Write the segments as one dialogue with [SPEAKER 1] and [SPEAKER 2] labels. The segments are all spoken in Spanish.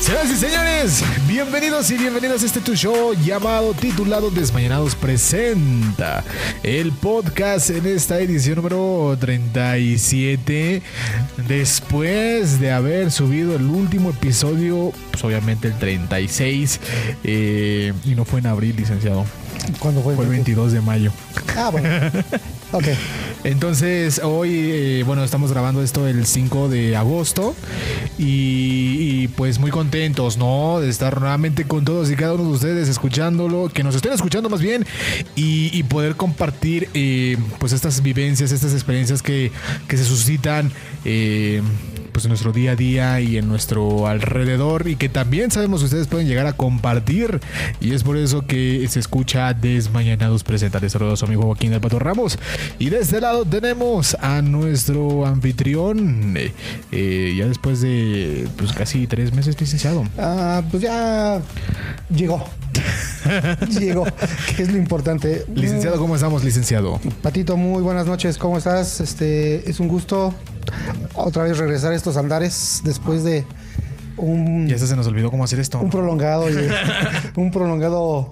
[SPEAKER 1] Señoras y señores, bienvenidos y bienvenidas a este tu show llamado titulado Desmañanados presenta el podcast en esta edición número 37 después de haber subido el último episodio, pues obviamente el 36 eh, y no fue en abril, licenciado,
[SPEAKER 2] ¿Cuándo fue?
[SPEAKER 1] fue el 22 de mayo.
[SPEAKER 2] Ah, bueno. Ok.
[SPEAKER 1] Entonces, hoy, eh, bueno, estamos grabando esto el 5 de agosto y, y, pues muy contentos, ¿no? De estar nuevamente con todos y cada uno de ustedes escuchándolo, que nos estén escuchando más bien y, y poder compartir eh, pues estas vivencias, estas experiencias que, que se suscitan. eh, pues en nuestro día a día y en nuestro alrededor y que también sabemos que ustedes pueden llegar a compartir y es por eso que se escucha Desmañanados presenta. Les saludo a su amigo Joaquín del Pato Ramos y de este lado tenemos a nuestro anfitrión eh, eh, ya después de pues casi tres meses licenciado.
[SPEAKER 2] Ah, pues ya llegó. Llegó, que es lo importante.
[SPEAKER 1] Licenciado, ¿cómo estamos licenciado?
[SPEAKER 2] Patito, muy buenas noches. ¿Cómo estás? Este, es un gusto otra vez regresar a estos andares después de un,
[SPEAKER 1] Ya se nos olvidó cómo hacer esto.
[SPEAKER 2] un prolongado y- un prolongado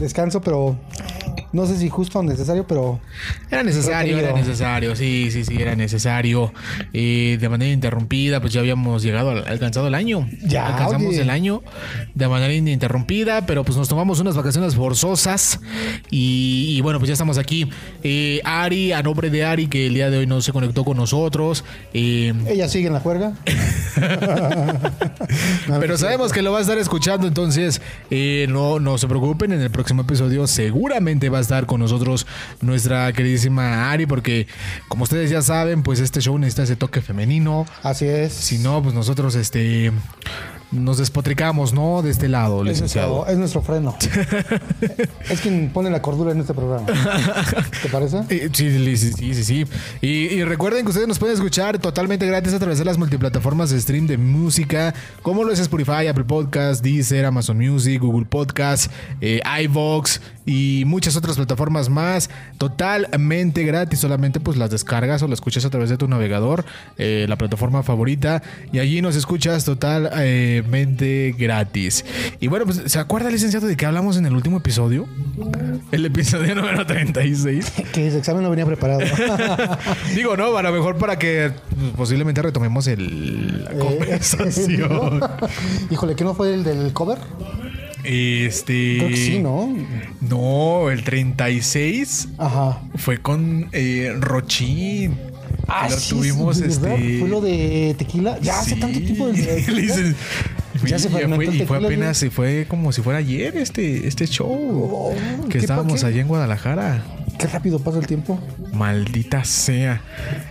[SPEAKER 2] descanso, pero no sé si justo o necesario, pero
[SPEAKER 1] Era necesario,
[SPEAKER 2] Creo que
[SPEAKER 1] era
[SPEAKER 2] no.
[SPEAKER 1] necesario, sí, sí, sí, era necesario. Eh, de manera interrumpida, pues ya habíamos llegado, al- alcanzado el año.
[SPEAKER 2] Ya,
[SPEAKER 1] alcanzamos
[SPEAKER 2] oye.
[SPEAKER 1] el año de manera ininterrumpida, pero pues nos tomamos unas vacaciones forzosas y, y bueno, pues ya estamos aquí. Eh, Ari, a nombre de Ari, que el día de hoy no se conectó con nosotros. eh,
[SPEAKER 2] ella sigue en la juerga.
[SPEAKER 1] Pero sabemos que lo va a estar escuchando, entonces eh, no, no se preocupen, en el próximo episodio seguramente va a estar con nosotros nuestra queridísima Ari, porque como ustedes ya saben, pues este show necesita ese toque femenino.
[SPEAKER 2] Así es.
[SPEAKER 1] Si no, pues nosotros este nos despotricamos, ¿no? De este lado,
[SPEAKER 2] Es
[SPEAKER 1] licenciado.
[SPEAKER 2] nuestro, es nuestro freno. es quien pone la cordura en este programa. ¿Te parece?
[SPEAKER 1] Eh, Sí, li- sí, sí, sí, sí. Y, y recuerden que ustedes nos pueden escuchar totalmente gratis a través de las multiplataformas de stream de música, como lo es Spotify, Apple Podcast, Deezer, Amazon Music, Google Podcast, eh, iVox y muchas otras plataformas más, totalmente gratis. Solamente pues las descargas o las escuchas a través de tu navegador, eh, la plataforma favorita, y allí nos escuchas totalmente gratis. Y bueno, pues ¿se acuerda, licenciado, de que hablamos en el último episodio? El episodio número 36.
[SPEAKER 2] Que el examen no venía preparado.
[SPEAKER 1] Digo, no, a lo mejor para que pues, posiblemente retomemos el, la conversación.
[SPEAKER 2] Híjole, ¿que Eh, no fue el del cover?
[SPEAKER 1] este.
[SPEAKER 2] Creo que sí, ¿no?
[SPEAKER 1] No, el 36
[SPEAKER 2] Ajá.
[SPEAKER 1] fue con eh, Rochín.
[SPEAKER 2] Ah,
[SPEAKER 1] lo
[SPEAKER 2] sí,
[SPEAKER 1] tuvimos,
[SPEAKER 2] ¿de verdad?
[SPEAKER 1] este.
[SPEAKER 2] Fue lo de tequila. Ya hace
[SPEAKER 1] sí.
[SPEAKER 2] tanto tiempo. del de tequila.
[SPEAKER 1] Dices,
[SPEAKER 2] Ya se
[SPEAKER 1] "Oye,
[SPEAKER 2] fermentó
[SPEAKER 1] fue-
[SPEAKER 2] el
[SPEAKER 1] Y fue
[SPEAKER 2] tequila,
[SPEAKER 1] apenas, y fue como si fuera ayer este, este show.
[SPEAKER 2] Oh,
[SPEAKER 1] que
[SPEAKER 2] ¿qué
[SPEAKER 1] estábamos
[SPEAKER 2] pa' qué?
[SPEAKER 1] allá en Guadalajara.
[SPEAKER 2] Qué rápido pasa el tiempo.
[SPEAKER 1] Maldita sea.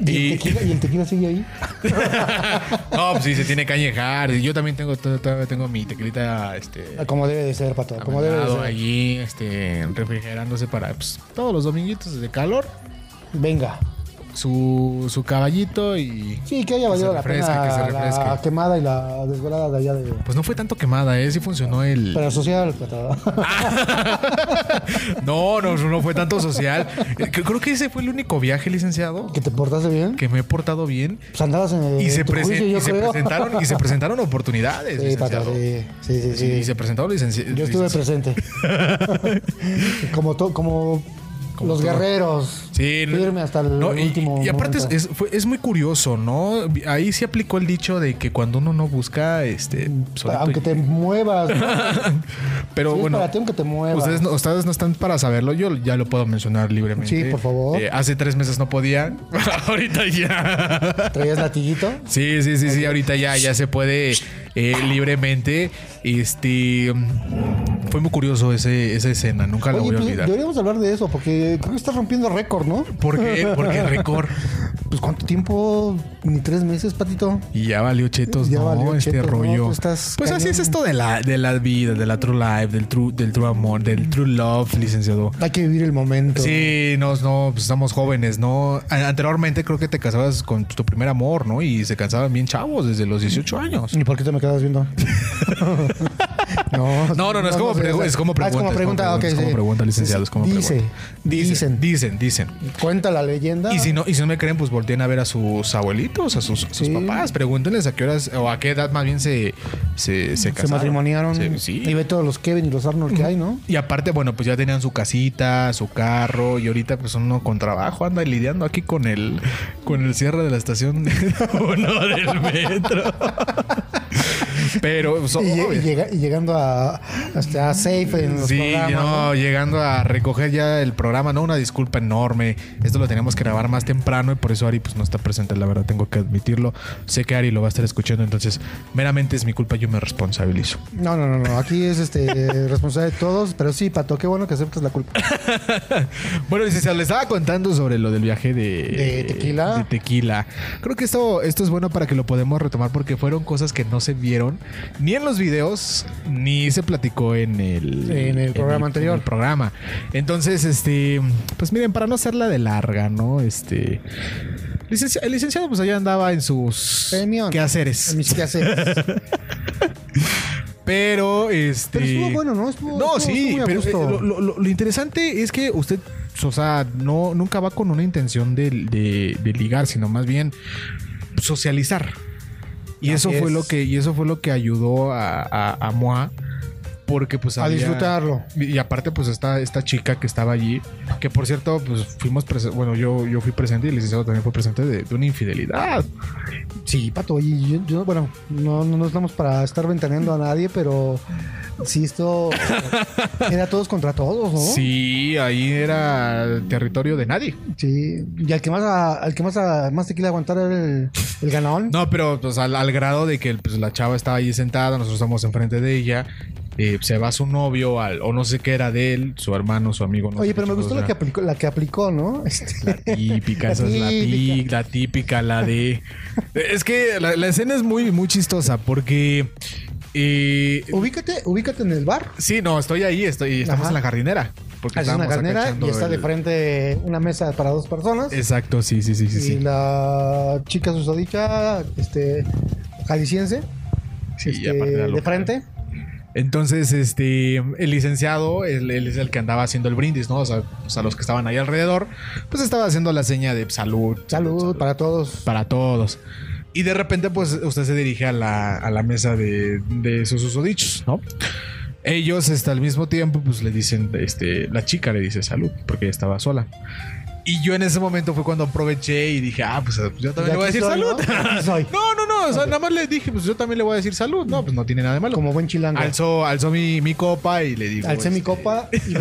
[SPEAKER 2] Y,
[SPEAKER 1] Y-
[SPEAKER 2] el tequila, y el tequila sigue ahí.
[SPEAKER 1] no, pues sí, se tiene que añejar. Yo también tengo, todavía tengo mi tequilita este,
[SPEAKER 2] Como debe de ser, pato. Como debe de
[SPEAKER 1] amarrado
[SPEAKER 2] ser.
[SPEAKER 1] allí, este, refrigerándose para pues, todos los dominguitos de calor.
[SPEAKER 2] Venga.
[SPEAKER 1] Su, su caballito y.
[SPEAKER 2] Sí, que haya
[SPEAKER 1] Que se
[SPEAKER 2] valido la
[SPEAKER 1] refresque,
[SPEAKER 2] pena
[SPEAKER 1] que se
[SPEAKER 2] la
[SPEAKER 1] refresque.
[SPEAKER 2] quemada y la desvelada de allá de.
[SPEAKER 1] Pues no fue tanto quemada, ¿eh? Sí funcionó el.
[SPEAKER 2] Pero social, pato.
[SPEAKER 1] no, no, no fue tanto social. Eh, Creo que ese fue el único viaje, licenciado,
[SPEAKER 2] ¿Que te portaste bien?
[SPEAKER 1] que me he portado bien.
[SPEAKER 2] Pues andabas en el.
[SPEAKER 1] Y, se,
[SPEAKER 2] tu
[SPEAKER 1] presen-
[SPEAKER 2] juicio, yo
[SPEAKER 1] y se
[SPEAKER 2] creo.
[SPEAKER 1] presentaron, y se presentaron oportunidades,
[SPEAKER 2] Sí, pato,
[SPEAKER 1] licenciado.
[SPEAKER 2] sí. Sí, sí, sí.
[SPEAKER 1] Y se presentaron licenciados.
[SPEAKER 2] Yo estuve presente. como, to- como,
[SPEAKER 1] Como
[SPEAKER 2] los
[SPEAKER 1] todo.
[SPEAKER 2] guerreros.
[SPEAKER 1] Sí, no-
[SPEAKER 2] firme hasta el
[SPEAKER 1] no, y-
[SPEAKER 2] último.
[SPEAKER 1] Y, aparte es,
[SPEAKER 2] momento.
[SPEAKER 1] es- fue- es muy curioso, ¿no? Ahí sí aplicó el dicho de que cuando uno no busca, este, solito
[SPEAKER 2] Mm, Aunque
[SPEAKER 1] y-
[SPEAKER 2] te muevas. ¿no?
[SPEAKER 1] pero
[SPEAKER 2] Sí, es
[SPEAKER 1] bueno,
[SPEAKER 2] para ti, aunque te muevas.
[SPEAKER 1] ustedes no, ustedes no están para saberlo, yo ya lo puedo mencionar libremente.
[SPEAKER 2] Sí, por favor.
[SPEAKER 1] Eh, hace tres meses no podía, ahorita ya.
[SPEAKER 2] Traías latiguito.
[SPEAKER 1] Sí, sí, sí, sí, ahorita ya, ya se puede eh, libremente. Este mm, fue muy curioso ese, esa escena, nunca la
[SPEAKER 2] Oye,
[SPEAKER 1] voy a
[SPEAKER 2] pues,
[SPEAKER 1] olvidar.
[SPEAKER 2] deberíamos hablar de eso, porque creo que estás rompiendo récord, ¿no?
[SPEAKER 1] Porque, porque récord.
[SPEAKER 2] Pues cuánto tiempo, ni tres meses, patito.
[SPEAKER 1] Y ya valió chetos,
[SPEAKER 2] Ya
[SPEAKER 1] no,
[SPEAKER 2] valió
[SPEAKER 1] este
[SPEAKER 2] chetos, no,
[SPEAKER 1] rollo.
[SPEAKER 2] tú estás
[SPEAKER 1] pues así
[SPEAKER 2] cañón.
[SPEAKER 1] es esto de la, de la vida, de la true life, del true, del true amor, del true love, licenciado.
[SPEAKER 2] Hay que vivir el momento.
[SPEAKER 1] Sí, no, no, pues estamos jóvenes, ¿no? A- Anteriormente creo que te casabas con tu primer amor, ¿no? Y se casaban bien chavos desde los 18 años.
[SPEAKER 2] ¿Y por qué te me quedas viendo?
[SPEAKER 1] No,
[SPEAKER 2] No,
[SPEAKER 1] no, no, es como,
[SPEAKER 2] sé,
[SPEAKER 1] pregu-
[SPEAKER 2] o sea,
[SPEAKER 1] es como
[SPEAKER 2] ah,
[SPEAKER 1] pregunta.
[SPEAKER 2] es como pregunta, ok.
[SPEAKER 1] es como
[SPEAKER 2] sí.
[SPEAKER 1] pregunta, licenciado, es como
[SPEAKER 2] Dice,
[SPEAKER 1] pregunta.
[SPEAKER 2] dicen,
[SPEAKER 1] Dicen, dicen, dicen.
[SPEAKER 2] cuenta la leyenda.
[SPEAKER 1] Y si no, y si no me creen, pues volteen a ver a sus abuelitos, a sus, a sus
[SPEAKER 2] Sí.
[SPEAKER 1] papás, pregúntenles a qué horas o a qué edad más bien se, se, se
[SPEAKER 2] se
[SPEAKER 1] casaron.
[SPEAKER 2] matrimoniaron.
[SPEAKER 1] Sí, sí.
[SPEAKER 2] Y ve todos los Kevin y los Arnold que hay, ¿no?
[SPEAKER 1] Y aparte, bueno, pues ya tenían su casita, su carro, y ahorita pues uno con trabajo anda lidiando aquí con el con el cierre de la estación uno del metro. Pero so-
[SPEAKER 2] Y, lle-
[SPEAKER 1] obvio.
[SPEAKER 2] y llega- y llegando a, hasta a Safe en los
[SPEAKER 1] Sí,
[SPEAKER 2] programas. ¿no?
[SPEAKER 1] no, llegando a recoger ya el programa, no, una disculpa enorme. Esto lo teníamos que grabar más temprano y por eso Ari pues no está presente, la verdad, tengo que admitirlo. Sé que Ari lo va a estar escuchando, entonces meramente es mi culpa, yo me responsabilizo.
[SPEAKER 2] No, no, no, no. Aquí es este responsable de todos, pero sí, Pato, qué bueno que aceptas la culpa.
[SPEAKER 1] Bueno, licenciado, le estaba contando sobre lo del viaje de,
[SPEAKER 2] De tequila.
[SPEAKER 1] de tequila. Creo que esto, esto es bueno para que lo podemos retomar porque fueron cosas que no se vieron ni en los videos ni se platicó en el,
[SPEAKER 2] En el programa anterior.
[SPEAKER 1] en el programa. Entonces, este, pues miren, para no hacerla de larga, ¿no? Este. licencia- el licenciado, pues allá andaba en sus
[SPEAKER 2] Penión.
[SPEAKER 1] quehaceres.
[SPEAKER 2] Mis quehaceres.
[SPEAKER 1] Pero este.
[SPEAKER 2] Pero estuvo bueno, ¿no? Estuvo-
[SPEAKER 1] no,
[SPEAKER 2] estuvo-
[SPEAKER 1] sí,
[SPEAKER 2] estuvo muy a
[SPEAKER 1] pero eh,
[SPEAKER 2] gusto.
[SPEAKER 1] lo, lo- lo- lo interesante es que usted, o sea, no, nunca va con una intención de, de- de ligar, sino más bien socializar. Y eso
[SPEAKER 2] Así
[SPEAKER 1] fue
[SPEAKER 2] es.
[SPEAKER 1] lo que, y eso fue lo que ayudó a, a, a Moa. Porque pues
[SPEAKER 2] a
[SPEAKER 1] había-
[SPEAKER 2] disfrutarlo.
[SPEAKER 1] y y aparte, pues está esta chica que estaba allí, que por cierto, pues fuimos prese- bueno, yo, yo fui presente y el licenciado también fue presente de, de una infidelidad.
[SPEAKER 2] Sí, Pato, y yo, yo, bueno, no, no, no estamos para estar ventaneando a nadie, pero sí, esto era todos contra todos, ¿no?
[SPEAKER 1] Sí, ahí era territorio de nadie.
[SPEAKER 2] Sí. Y al que más, a- al que más, a- más tequila aguantar era el, el ganón.
[SPEAKER 1] No, pero pues, al, al grado de que pues, la chava estaba ahí sentada, nosotros estamos enfrente de ella, eh, se va su novio, al, o no sé qué era de él, su hermano, su amigo. No
[SPEAKER 2] Oye,
[SPEAKER 1] sé
[SPEAKER 2] pero
[SPEAKER 1] qué
[SPEAKER 2] me gustó
[SPEAKER 1] chingos
[SPEAKER 2] la que
[SPEAKER 1] era.
[SPEAKER 2] aplicó, la que aplicó ¿no? Este,
[SPEAKER 1] La típica,
[SPEAKER 2] La
[SPEAKER 1] esa es la típica,
[SPEAKER 2] típica.
[SPEAKER 1] la típica, la de... Es que la, la escena es muy, muy chistosa porque... eh,
[SPEAKER 2] ubícate, ubícate en el bar.
[SPEAKER 1] sí, no, estoy ahí, estoy, estamos
[SPEAKER 2] Ajá. Ah,
[SPEAKER 1] en la jardinera. Porque
[SPEAKER 2] Es una
[SPEAKER 1] estábamos acá
[SPEAKER 2] carnera
[SPEAKER 1] echando
[SPEAKER 2] y está de
[SPEAKER 1] el-
[SPEAKER 2] frente una mesa para dos personas.
[SPEAKER 1] Exacto, sí, sí, sí, sí.
[SPEAKER 2] y
[SPEAKER 1] sí.
[SPEAKER 2] la chica susodicha, este, jalisciense,
[SPEAKER 1] Sí,
[SPEAKER 2] este,
[SPEAKER 1] aparte era
[SPEAKER 2] de
[SPEAKER 1] loca.
[SPEAKER 2] frente.
[SPEAKER 1] Entonces, este, el licenciado, él, él es el que andaba haciendo el brindis, ¿no? O sea, o sea, los que estaban ahí alrededor, pues estaba haciendo la seña de salud.
[SPEAKER 2] Salud para todos.
[SPEAKER 1] para todos. Y de repente, pues, usted se dirige a la, a la mesa de, de sus usodichos, ¿no? Ellos, este, al mismo tiempo, pues le dicen, este, la chica le dice salud, porque ella estaba sola. Y yo en ese momento fue cuando aproveché y dije, ah, pues yo también le voy a
[SPEAKER 2] aquí
[SPEAKER 1] decir
[SPEAKER 2] soy,
[SPEAKER 1] salud.
[SPEAKER 2] ¿no? Aquí soy.
[SPEAKER 1] No, no, no, o sea, nada más le dije, pues yo también le voy a decir salud. No, pues no tiene nada de malo.
[SPEAKER 2] Como buen chilango.
[SPEAKER 1] Alzó, alzó mi, mi copa y le digo.
[SPEAKER 2] Alcé mi
[SPEAKER 1] este,
[SPEAKER 2] copa y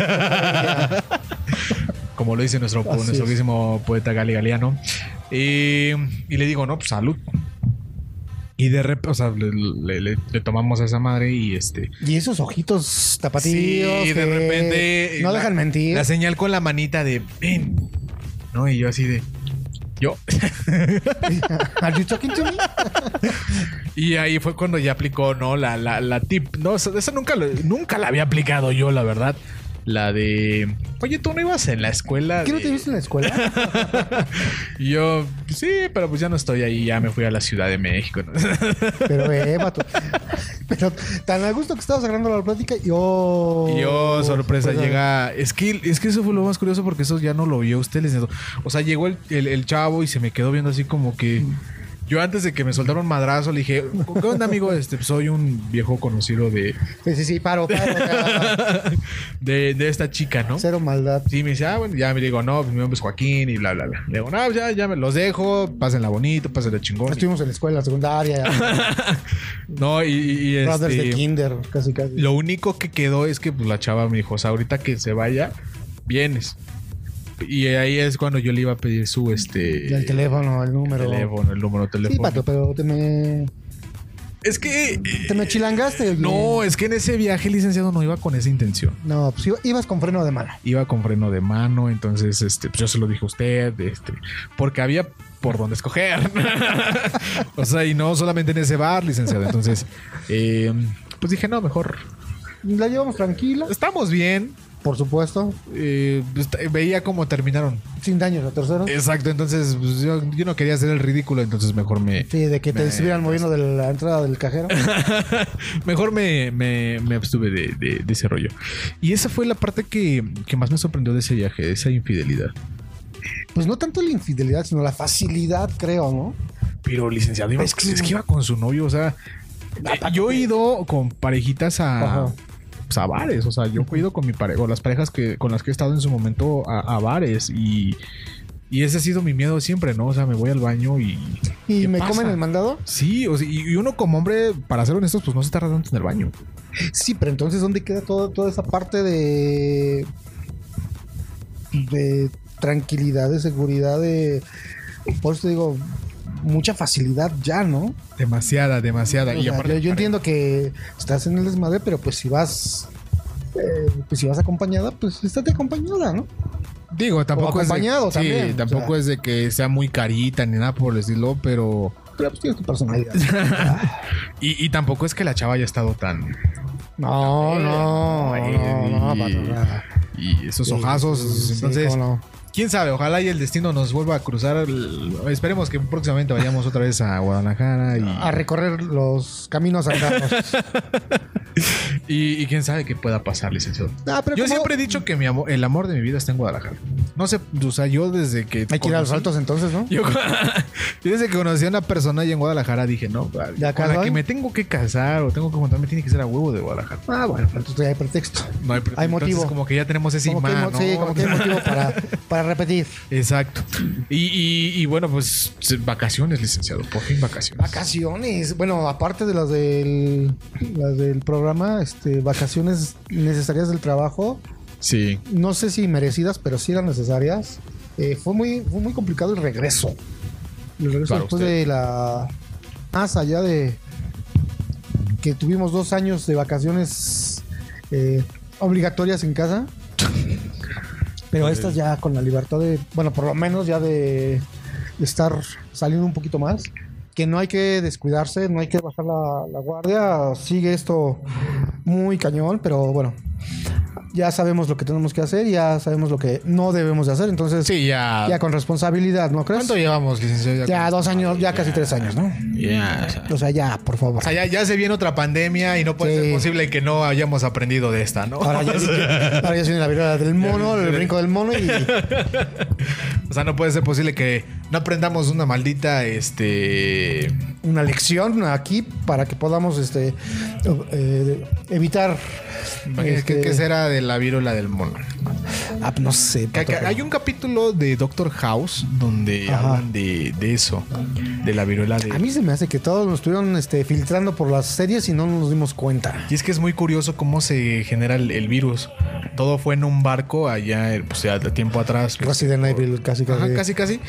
[SPEAKER 1] Como lo dice nuestro,
[SPEAKER 2] Así
[SPEAKER 1] nuestro
[SPEAKER 2] es.
[SPEAKER 1] queridísimo poeta Gali Galeano. Y, y le digo, no, pues salud. Y de repente, o sea, le, le- le- le tomamos a esa madre y este.
[SPEAKER 2] Y esos ojitos tapatíos.
[SPEAKER 1] Sí, de
[SPEAKER 2] que
[SPEAKER 1] repente. eh,
[SPEAKER 2] No
[SPEAKER 1] la-
[SPEAKER 2] dejan mentir.
[SPEAKER 1] La señal con la manita de ven. ¿No? Y yo así de. Yo.
[SPEAKER 2] Are you talking to me?
[SPEAKER 1] Y ahí fue cuando ya aplicó, ¿no? La, la, la tip. No, esa, esa nunca, lo- nunca la había aplicado yo, la verdad. La de. Oye, tú no ibas en la escuela.
[SPEAKER 2] ¿Qué no te
[SPEAKER 1] de-
[SPEAKER 2] viste en la escuela?
[SPEAKER 1] Y yo, sí, pero pues ya no estoy ahí, ya me fui a la Ciudad de México. ¿no?
[SPEAKER 2] Pero, eh, vato. Pero tan a gusto que estabas agarrando la plática, oh, pues, yo.
[SPEAKER 1] y yo, sorpresa, llega. Es que, es que eso fue lo más curioso porque eso ya no lo vio usted. les digo. O sea, llegó el, el- el chavo y se me quedó viendo así como que. Yo antes de que me soltaron un madrazo le dije, ¿qué onda, amigo? Este, soy un viejo conocido de,
[SPEAKER 2] pues, Sí, sí, sí, paro, paro. o sea,
[SPEAKER 1] de, de esta chica, ¿no?
[SPEAKER 2] Cero maldad.
[SPEAKER 1] Sí, me dice, ah, bueno, ya me digo, no, pues, mi nombre es Joaquín y bla, bla, bla. Le digo, no, pues ya, ya me los dejo, pásenla bonito, pásenla chingón.
[SPEAKER 2] Estuvimos en la escuela,
[SPEAKER 1] Este,
[SPEAKER 2] secundaria,
[SPEAKER 1] No, y, y- y,
[SPEAKER 2] brothers de
[SPEAKER 1] este,
[SPEAKER 2] kinder, casi, casi.
[SPEAKER 1] Lo único que quedó es que pues, la chava me dijo, o sea, ahorita que se vaya, vienes. Y ahí es cuando yo le iba a pedir su este
[SPEAKER 2] Y el teléfono, el número.
[SPEAKER 1] teléfono, el número de
[SPEAKER 2] Sí,
[SPEAKER 1] teléfono.
[SPEAKER 2] pato, pero te me.
[SPEAKER 1] Es que eh,
[SPEAKER 2] Te me chilangaste. oye.
[SPEAKER 1] no, es que en ese viaje licenciado no iba con esa intención.
[SPEAKER 2] No, pues iba- ibas con freno de mano.
[SPEAKER 1] Iba con freno de mano, entonces este pues, yo se lo dije a usted, este, porque había por dónde escoger. o sea, y no solamente en ese bar, licenciado. Entonces, eh, pues dije, no, mejor
[SPEAKER 2] La llevamos tranquila.
[SPEAKER 1] estamos bien.
[SPEAKER 2] por supuesto.
[SPEAKER 1] eh, pues, t- veía cómo terminaron.
[SPEAKER 2] Sin daños a terceros.
[SPEAKER 1] Exacto, entonces pues, yo, yo no quería hacer el ridículo, entonces mejor me,
[SPEAKER 2] Sí, de que te
[SPEAKER 1] Me-
[SPEAKER 2] estuvieran moviendo de la entrada del cajero.
[SPEAKER 1] mejor me, me, me abstuve de, de- de ese rollo. Y esa fue la parte que, que más me sorprendió de ese viaje, esa infidelidad.
[SPEAKER 2] Pues no tanto la infidelidad, sino la facilidad, creo, ¿no?
[SPEAKER 1] Pero licenciado, iba- es, que, es que iba con su novio, o sea, eh, yo he ido con parejitas a,
[SPEAKER 2] Ajá.
[SPEAKER 1] pues, a bares, o sea, yo he ido con mi pareja, con las parejas que, con las que he estado en su momento a, a bares y, y ese ha sido mi miedo siempre, ¿no? O sea, me voy al baño y...
[SPEAKER 2] Y
[SPEAKER 1] ¿qué
[SPEAKER 2] me
[SPEAKER 1] pasa?
[SPEAKER 2] comen el mandado.
[SPEAKER 1] Sí, o sea, y y uno como hombre, para ser honestos, pues no se tarda tanto en el baño.
[SPEAKER 2] Sí, pero entonces, ¿dónde queda todo- toda esa parte de. de tranquilidad, de seguridad, de. Por eso te digo, mucha facilidad ya, ¿no?
[SPEAKER 1] Demasiada, demasiada.
[SPEAKER 2] O
[SPEAKER 1] y
[SPEAKER 2] sea,
[SPEAKER 1] aparte,
[SPEAKER 2] yo, yo entiendo que estás en el desmadre, pero pues si vas. eh, pues si vas acompañada, pues estate acompañada, ¿no?
[SPEAKER 1] digo, tampoco
[SPEAKER 2] o
[SPEAKER 1] es
[SPEAKER 2] acompañado
[SPEAKER 1] de, sí,
[SPEAKER 2] también, o
[SPEAKER 1] tampoco
[SPEAKER 2] sea.
[SPEAKER 1] es de que sea muy carita ni nada por el estilo, pero
[SPEAKER 2] Pero pues tienes tu personalidad.
[SPEAKER 1] y, y tampoco es que la chava haya estado tan
[SPEAKER 2] No, no, no, no, para nada.
[SPEAKER 1] y esos ojazos,
[SPEAKER 2] Sí,
[SPEAKER 1] entonces
[SPEAKER 2] cómo no.
[SPEAKER 1] quién sabe, ojalá y el destino nos vuelva a cruzar. el- esperemos que próximamente vayamos otra vez a Guadalajara
[SPEAKER 2] a
[SPEAKER 1] y,
[SPEAKER 2] recorrer los caminos sagrados.
[SPEAKER 1] y, y quién sabe qué pueda pasar, licenciado.
[SPEAKER 2] Ah, pero
[SPEAKER 1] Yo
[SPEAKER 2] como-
[SPEAKER 1] siempre he dicho que mi amor, el amor de mi vida está en Guadalajara. No sé, o sea, yo desde que
[SPEAKER 2] Hay que ir a los
[SPEAKER 1] conocí-
[SPEAKER 2] altos entonces, ¿no?
[SPEAKER 1] Yo, yo desde que conocí a una persona allá en Guadalajara dije, no,
[SPEAKER 2] ¿De acá
[SPEAKER 1] con la
[SPEAKER 2] soy?
[SPEAKER 1] que me tengo que casar o tengo que juntarme tiene que ser a huevo de Guadalajara.
[SPEAKER 2] Ah, bueno, pero entonces ya hay pretexto.
[SPEAKER 1] No hay,
[SPEAKER 2] Hay
[SPEAKER 1] entonces,
[SPEAKER 2] motivo.
[SPEAKER 1] Como que ya tenemos ese
[SPEAKER 2] como que hay
[SPEAKER 1] imán,
[SPEAKER 2] mo-
[SPEAKER 1] ¿no?
[SPEAKER 2] Sí, como que hay motivo para, para repetir.
[SPEAKER 1] Exacto. Y, y- y bueno, pues vacaciones, licenciado. Por fin vacaciones.
[SPEAKER 2] Vacaciones. Bueno, aparte de las del, las del programa, este, vacaciones necesarias del trabajo,
[SPEAKER 1] Sí.
[SPEAKER 2] no sé si merecidas, pero sí eran necesarias. Eh, fue, muy, fue muy complicado el regreso. El regreso
[SPEAKER 1] Para
[SPEAKER 2] después
[SPEAKER 1] usted.
[SPEAKER 2] de la. Más allá de. Que tuvimos dos años de vacaciones eh, obligatorias en casa. Pero estas ya con la libertad de. Bueno, por lo menos ya de estar saliendo un poquito más. Que no hay que descuidarse, no hay que bajar la, la guardia. Sigue esto muy cañón, pero bueno. Ya sabemos lo que tenemos que hacer, ya sabemos lo que no debemos de hacer. Entonces,
[SPEAKER 1] Sí, ya.
[SPEAKER 2] ya con responsabilidad, ¿no crees?
[SPEAKER 1] ¿Cuánto llevamos, licenciado?
[SPEAKER 2] Ya dos años, ya casi tres años, ¿no?
[SPEAKER 1] Ya, o sea,
[SPEAKER 2] O sea, ya, por favor.
[SPEAKER 1] o sea, ya, ya se viene otra pandemia y no puede
[SPEAKER 2] Sí.
[SPEAKER 1] ser posible que no hayamos aprendido de esta, ¿no?
[SPEAKER 2] Ahora ya,
[SPEAKER 1] o, sea,
[SPEAKER 2] ahora ya se viene la viruela del mono, el brinco del mono y
[SPEAKER 1] o sea, no puede ser posible que no aprendamos una maldita, este...
[SPEAKER 2] una lección aquí para que podamos este eh, evitar.
[SPEAKER 1] Imagínate, ¿qué-
[SPEAKER 2] este,
[SPEAKER 1] ¿Qué será de la viruela del mono?
[SPEAKER 2] ah, no sé.
[SPEAKER 1] Que-
[SPEAKER 2] pato,
[SPEAKER 1] que- Hay un capítulo de Doctor House donde
[SPEAKER 2] Ajá.
[SPEAKER 1] hablan de, de eso, de la viruela
[SPEAKER 2] pero
[SPEAKER 1] de...
[SPEAKER 2] A mí se me hace que todos nos estuvieron este, filtrando por las series y no nos dimos cuenta.
[SPEAKER 1] Y es que es muy curioso cómo se genera el, el virus. Todo fue en un barco allá, eh, pues ya de tiempo atrás.
[SPEAKER 2] Resident Evil, casi, casi.
[SPEAKER 1] Ajá, casi, casi.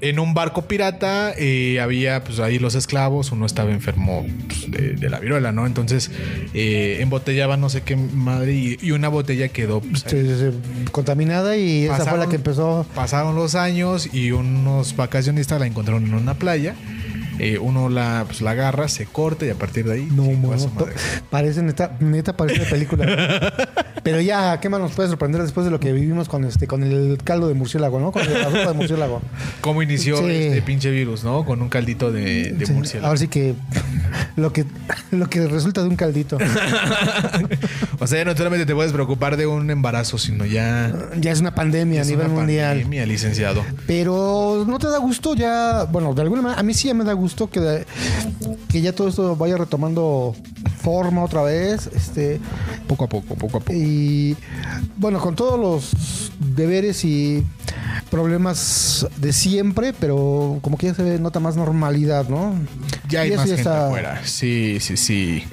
[SPEAKER 1] En un barco pirata eh, había pues ahí los esclavos, uno estaba enfermo pues, de, de la viruela, ¿no? Entonces eh, embotellaban no sé qué madre y, y una botella quedó pues, ahí.
[SPEAKER 2] Sí, sí, sí, este, contaminada y esa fue la
[SPEAKER 1] Pasaron-
[SPEAKER 2] que empezó.
[SPEAKER 1] Pasaron los años y unos vacacionistas la encontraron en una playa. Eh, uno la, pues, la agarra, se corta y a partir de ahí...
[SPEAKER 2] No,
[SPEAKER 1] chingó a
[SPEAKER 2] mano,
[SPEAKER 1] su madre.
[SPEAKER 2] parece neta, neta parece de película. Pero ya, ¿qué más nos puede sorprender después de lo que vivimos con este, con el caldo de murciélago, no? Con la sopa de murciélago.
[SPEAKER 1] ¿Cómo inició
[SPEAKER 2] Sí.
[SPEAKER 1] este pinche virus, no? Con un caldito de, de
[SPEAKER 2] Sí,
[SPEAKER 1] murciélago.
[SPEAKER 2] Ahora sí que lo que lo que resulta de un caldito
[SPEAKER 1] O sea, ya no solamente te puedes preocupar de un embarazo, sino ya...
[SPEAKER 2] ya es una pandemia
[SPEAKER 1] es
[SPEAKER 2] a nivel
[SPEAKER 1] una
[SPEAKER 2] mundial.
[SPEAKER 1] pandemia, licenciado.
[SPEAKER 2] Pero no te da gusto ya, bueno, de alguna manera, a mí sí ya me da gusto que, que ya todo esto vaya retomando forma otra vez, este,
[SPEAKER 1] Poco a poco, poco a poco.
[SPEAKER 2] Y bueno, con todos los deberes y problemas de siempre, pero como que ya se nota más normalidad, ¿no?
[SPEAKER 1] Ya hay
[SPEAKER 2] Y eso
[SPEAKER 1] más gente
[SPEAKER 2] está-
[SPEAKER 1] afuera. Sí, sí, sí.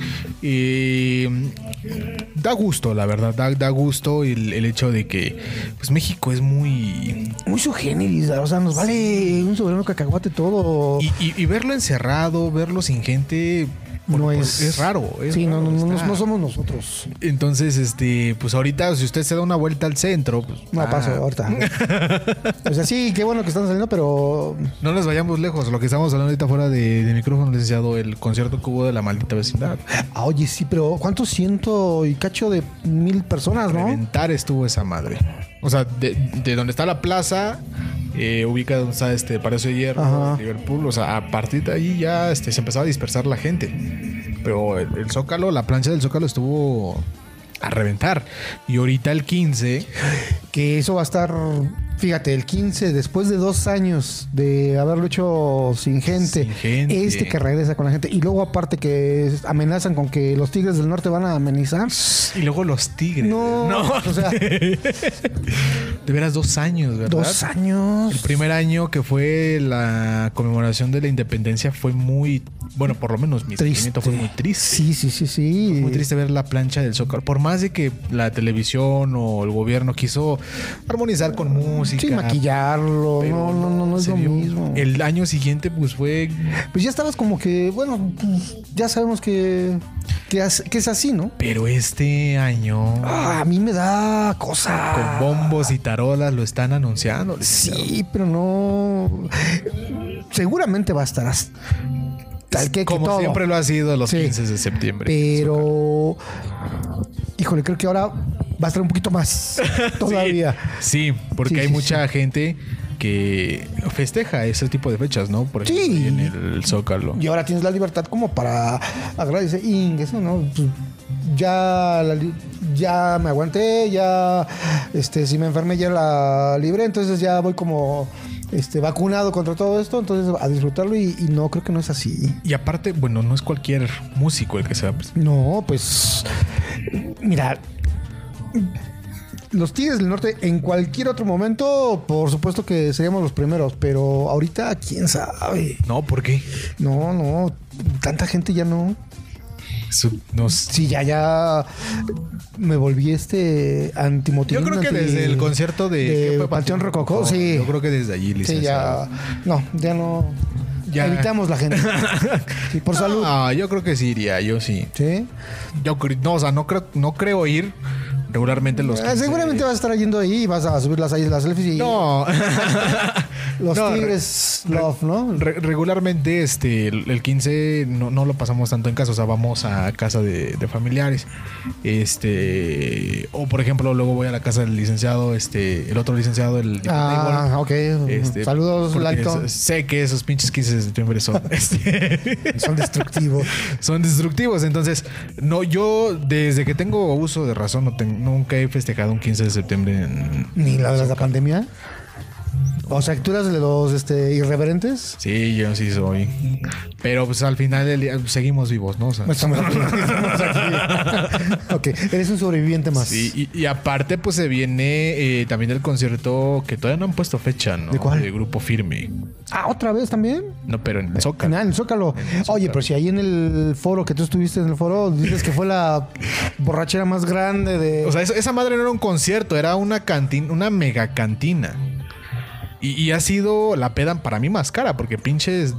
[SPEAKER 1] Y mm, da gusto, la verdad. Da, da gusto el, el hecho de que pues México es muy...
[SPEAKER 2] Muy su generis, o sea, nos vale un soberano cacahuate todo.
[SPEAKER 1] Y, y- y verlo encerrado, verlo sin gente, Por-
[SPEAKER 2] no
[SPEAKER 1] por-
[SPEAKER 2] es.
[SPEAKER 1] pues, es raro, es
[SPEAKER 2] sí, no,
[SPEAKER 1] raro,
[SPEAKER 2] no, no,
[SPEAKER 1] está-
[SPEAKER 2] no somos nosotros.
[SPEAKER 1] Entonces, este, pues ahorita, si usted se da una vuelta al centro, pues,
[SPEAKER 2] No
[SPEAKER 1] ah,
[SPEAKER 2] paso, ahorita. o sea, sí, qué bueno que están saliendo, pero
[SPEAKER 1] No nos vayamos lejos. Lo que estamos hablando ahorita fuera de, de micrófono, licenciado, el concierto que hubo de la maldita vecindad.
[SPEAKER 2] Ah, oye, sí, pero ¿cuántos ciento y cacho de mil personas, no?
[SPEAKER 1] Reventar estuvo esa madre. O sea, de, de donde está la plaza, eh, ubica donde está este Palacio de Hierro,
[SPEAKER 2] Ajá.
[SPEAKER 1] Liverpool. O sea, a partir de ahí ya este, se empezaba a dispersar la gente. Pero el, el Zócalo, la plancha del Zócalo estuvo a reventar. Y ahorita el 15,
[SPEAKER 2] Que eso va a estar, fíjate, el 15, después de dos años de haberlo hecho sin gente,
[SPEAKER 1] Sin gente.
[SPEAKER 2] este que regresa con la gente, y luego aparte que amenazan con que los Tigres del Norte van a amenizar.
[SPEAKER 1] y luego los Tigres.
[SPEAKER 2] No, o sea,
[SPEAKER 1] De veras, dos años, ¿verdad?
[SPEAKER 2] dos años.
[SPEAKER 1] El primer año que fue la conmemoración de la independencia fue muy, bueno, por lo menos mi
[SPEAKER 2] Triste.
[SPEAKER 1] sentimiento fue muy triste.
[SPEAKER 2] Sí, sí, sí, sí.
[SPEAKER 1] Muy triste ver la plancha del Zócalo. Por más de que la televisión o el gobierno quiso armonizar con música.
[SPEAKER 2] Sí, maquillarlo.
[SPEAKER 1] pero
[SPEAKER 2] No, no, no, no es
[SPEAKER 1] se
[SPEAKER 2] lo
[SPEAKER 1] vio.
[SPEAKER 2] mismo.
[SPEAKER 1] El año siguiente, pues fue.
[SPEAKER 2] Pues ya estabas como que, bueno, pues, ya sabemos que, que, as- que es así, ¿no?
[SPEAKER 1] Pero este año,
[SPEAKER 2] Ah, a mí me da cosa.
[SPEAKER 1] con bombos y tarolas, lo están anunciando.
[SPEAKER 2] Sí, pero no. Seguramente va a estar hasta el que, que
[SPEAKER 1] Como
[SPEAKER 2] todo.
[SPEAKER 1] siempre lo ha sido los
[SPEAKER 2] Sí.
[SPEAKER 1] 15 de septiembre.
[SPEAKER 2] Pero. Híjole, creo que ahora va a estar un poquito más todavía.
[SPEAKER 1] Sí, porque
[SPEAKER 2] Sí,
[SPEAKER 1] hay
[SPEAKER 2] sí,
[SPEAKER 1] mucha gente que festeja ese tipo de fechas, ¿no? Por
[SPEAKER 2] Sí.
[SPEAKER 1] ejemplo, ahí en el Zócalo.
[SPEAKER 2] Y ahora tienes la libertad como para agradecer. Y eso, ¿no? Pues, ya, la li- ya me aguanté, ya. Este, si me enfermé, ya la libré. Entonces ya voy como. Este, vacunado contra todo esto, entonces a disfrutarlo y, y no creo que no es así.
[SPEAKER 1] Y aparte, bueno, no es cualquier músico el que se va a presentar.
[SPEAKER 2] No, pues. Mira. Los Tigres del Norte en cualquier otro momento, por supuesto que seríamos los primeros, pero ahorita, quién sabe.
[SPEAKER 1] No, ¿por qué?
[SPEAKER 2] No, no, tanta gente ya no.
[SPEAKER 1] Eso nos-
[SPEAKER 2] Sí, ya, ya me volví este antimotín.
[SPEAKER 1] Yo creo que
[SPEAKER 2] anti-
[SPEAKER 1] desde el concierto de, ¿qué fue?
[SPEAKER 2] Panteón Rococó, sí.
[SPEAKER 1] Yo creo que desde allí,
[SPEAKER 2] sí,
[SPEAKER 1] licenciado.
[SPEAKER 2] ya. No, ya no.
[SPEAKER 1] Ya.
[SPEAKER 2] Evitamos la gente. Sí, por salud.
[SPEAKER 1] Ah, yo creo que sí iría, yo sí.
[SPEAKER 2] Sí.
[SPEAKER 1] Yo cre- no, o sea, no creo, no creo ir regularmente los.
[SPEAKER 2] Ah,
[SPEAKER 1] 15.
[SPEAKER 2] Seguramente vas a estar yendo ahí y vas a subir las, las selfies y
[SPEAKER 1] No.
[SPEAKER 2] los
[SPEAKER 1] No, re-
[SPEAKER 2] tigres love, ¿no?
[SPEAKER 1] Re- regularmente, este, el el 15 no, no lo pasamos tanto en casa, o sea, vamos a casa de, de familiares. Este, o por ejemplo, luego voy a la casa del licenciado, este, el otro licenciado, el de
[SPEAKER 2] Ah,
[SPEAKER 1] Table,
[SPEAKER 2] ok.
[SPEAKER 1] este,
[SPEAKER 2] Saludos,
[SPEAKER 1] porque
[SPEAKER 2] Lacto.
[SPEAKER 1] es- Sé que esos pinches 15 de septiembre son, este,
[SPEAKER 2] Son destructivos.
[SPEAKER 1] son destructivos. Entonces, no, yo desde que tengo uso de razón, no ten- nunca he festejado un 15 de septiembre en.
[SPEAKER 2] Ni la de la pandemia. O sea, ¿tú eras de los este, irreverentes?
[SPEAKER 1] Sí, yo sí soy. Pero pues al final del día, seguimos vivos, ¿no? O sea,
[SPEAKER 2] Pues Estamos aquí. estamos aquí. ok, eres un sobreviviente más.
[SPEAKER 1] Sí, y, y aparte, pues se viene eh, también el concierto que todavía no han puesto fecha, ¿no?
[SPEAKER 2] ¿De cuál?
[SPEAKER 1] grupo firme.
[SPEAKER 2] Ah, ¿otra vez también?
[SPEAKER 1] No, pero en el Zócalo.
[SPEAKER 2] Ah, en el Zócalo. Oye, pero si ahí en el foro que tú estuviste en el foro, dices que fue la borrachera más grande de...
[SPEAKER 1] O sea, eso- esa madre no era un concierto, era una cantina, una mega cantina. Y, y ha sido la peda para mí más cara, porque pinches,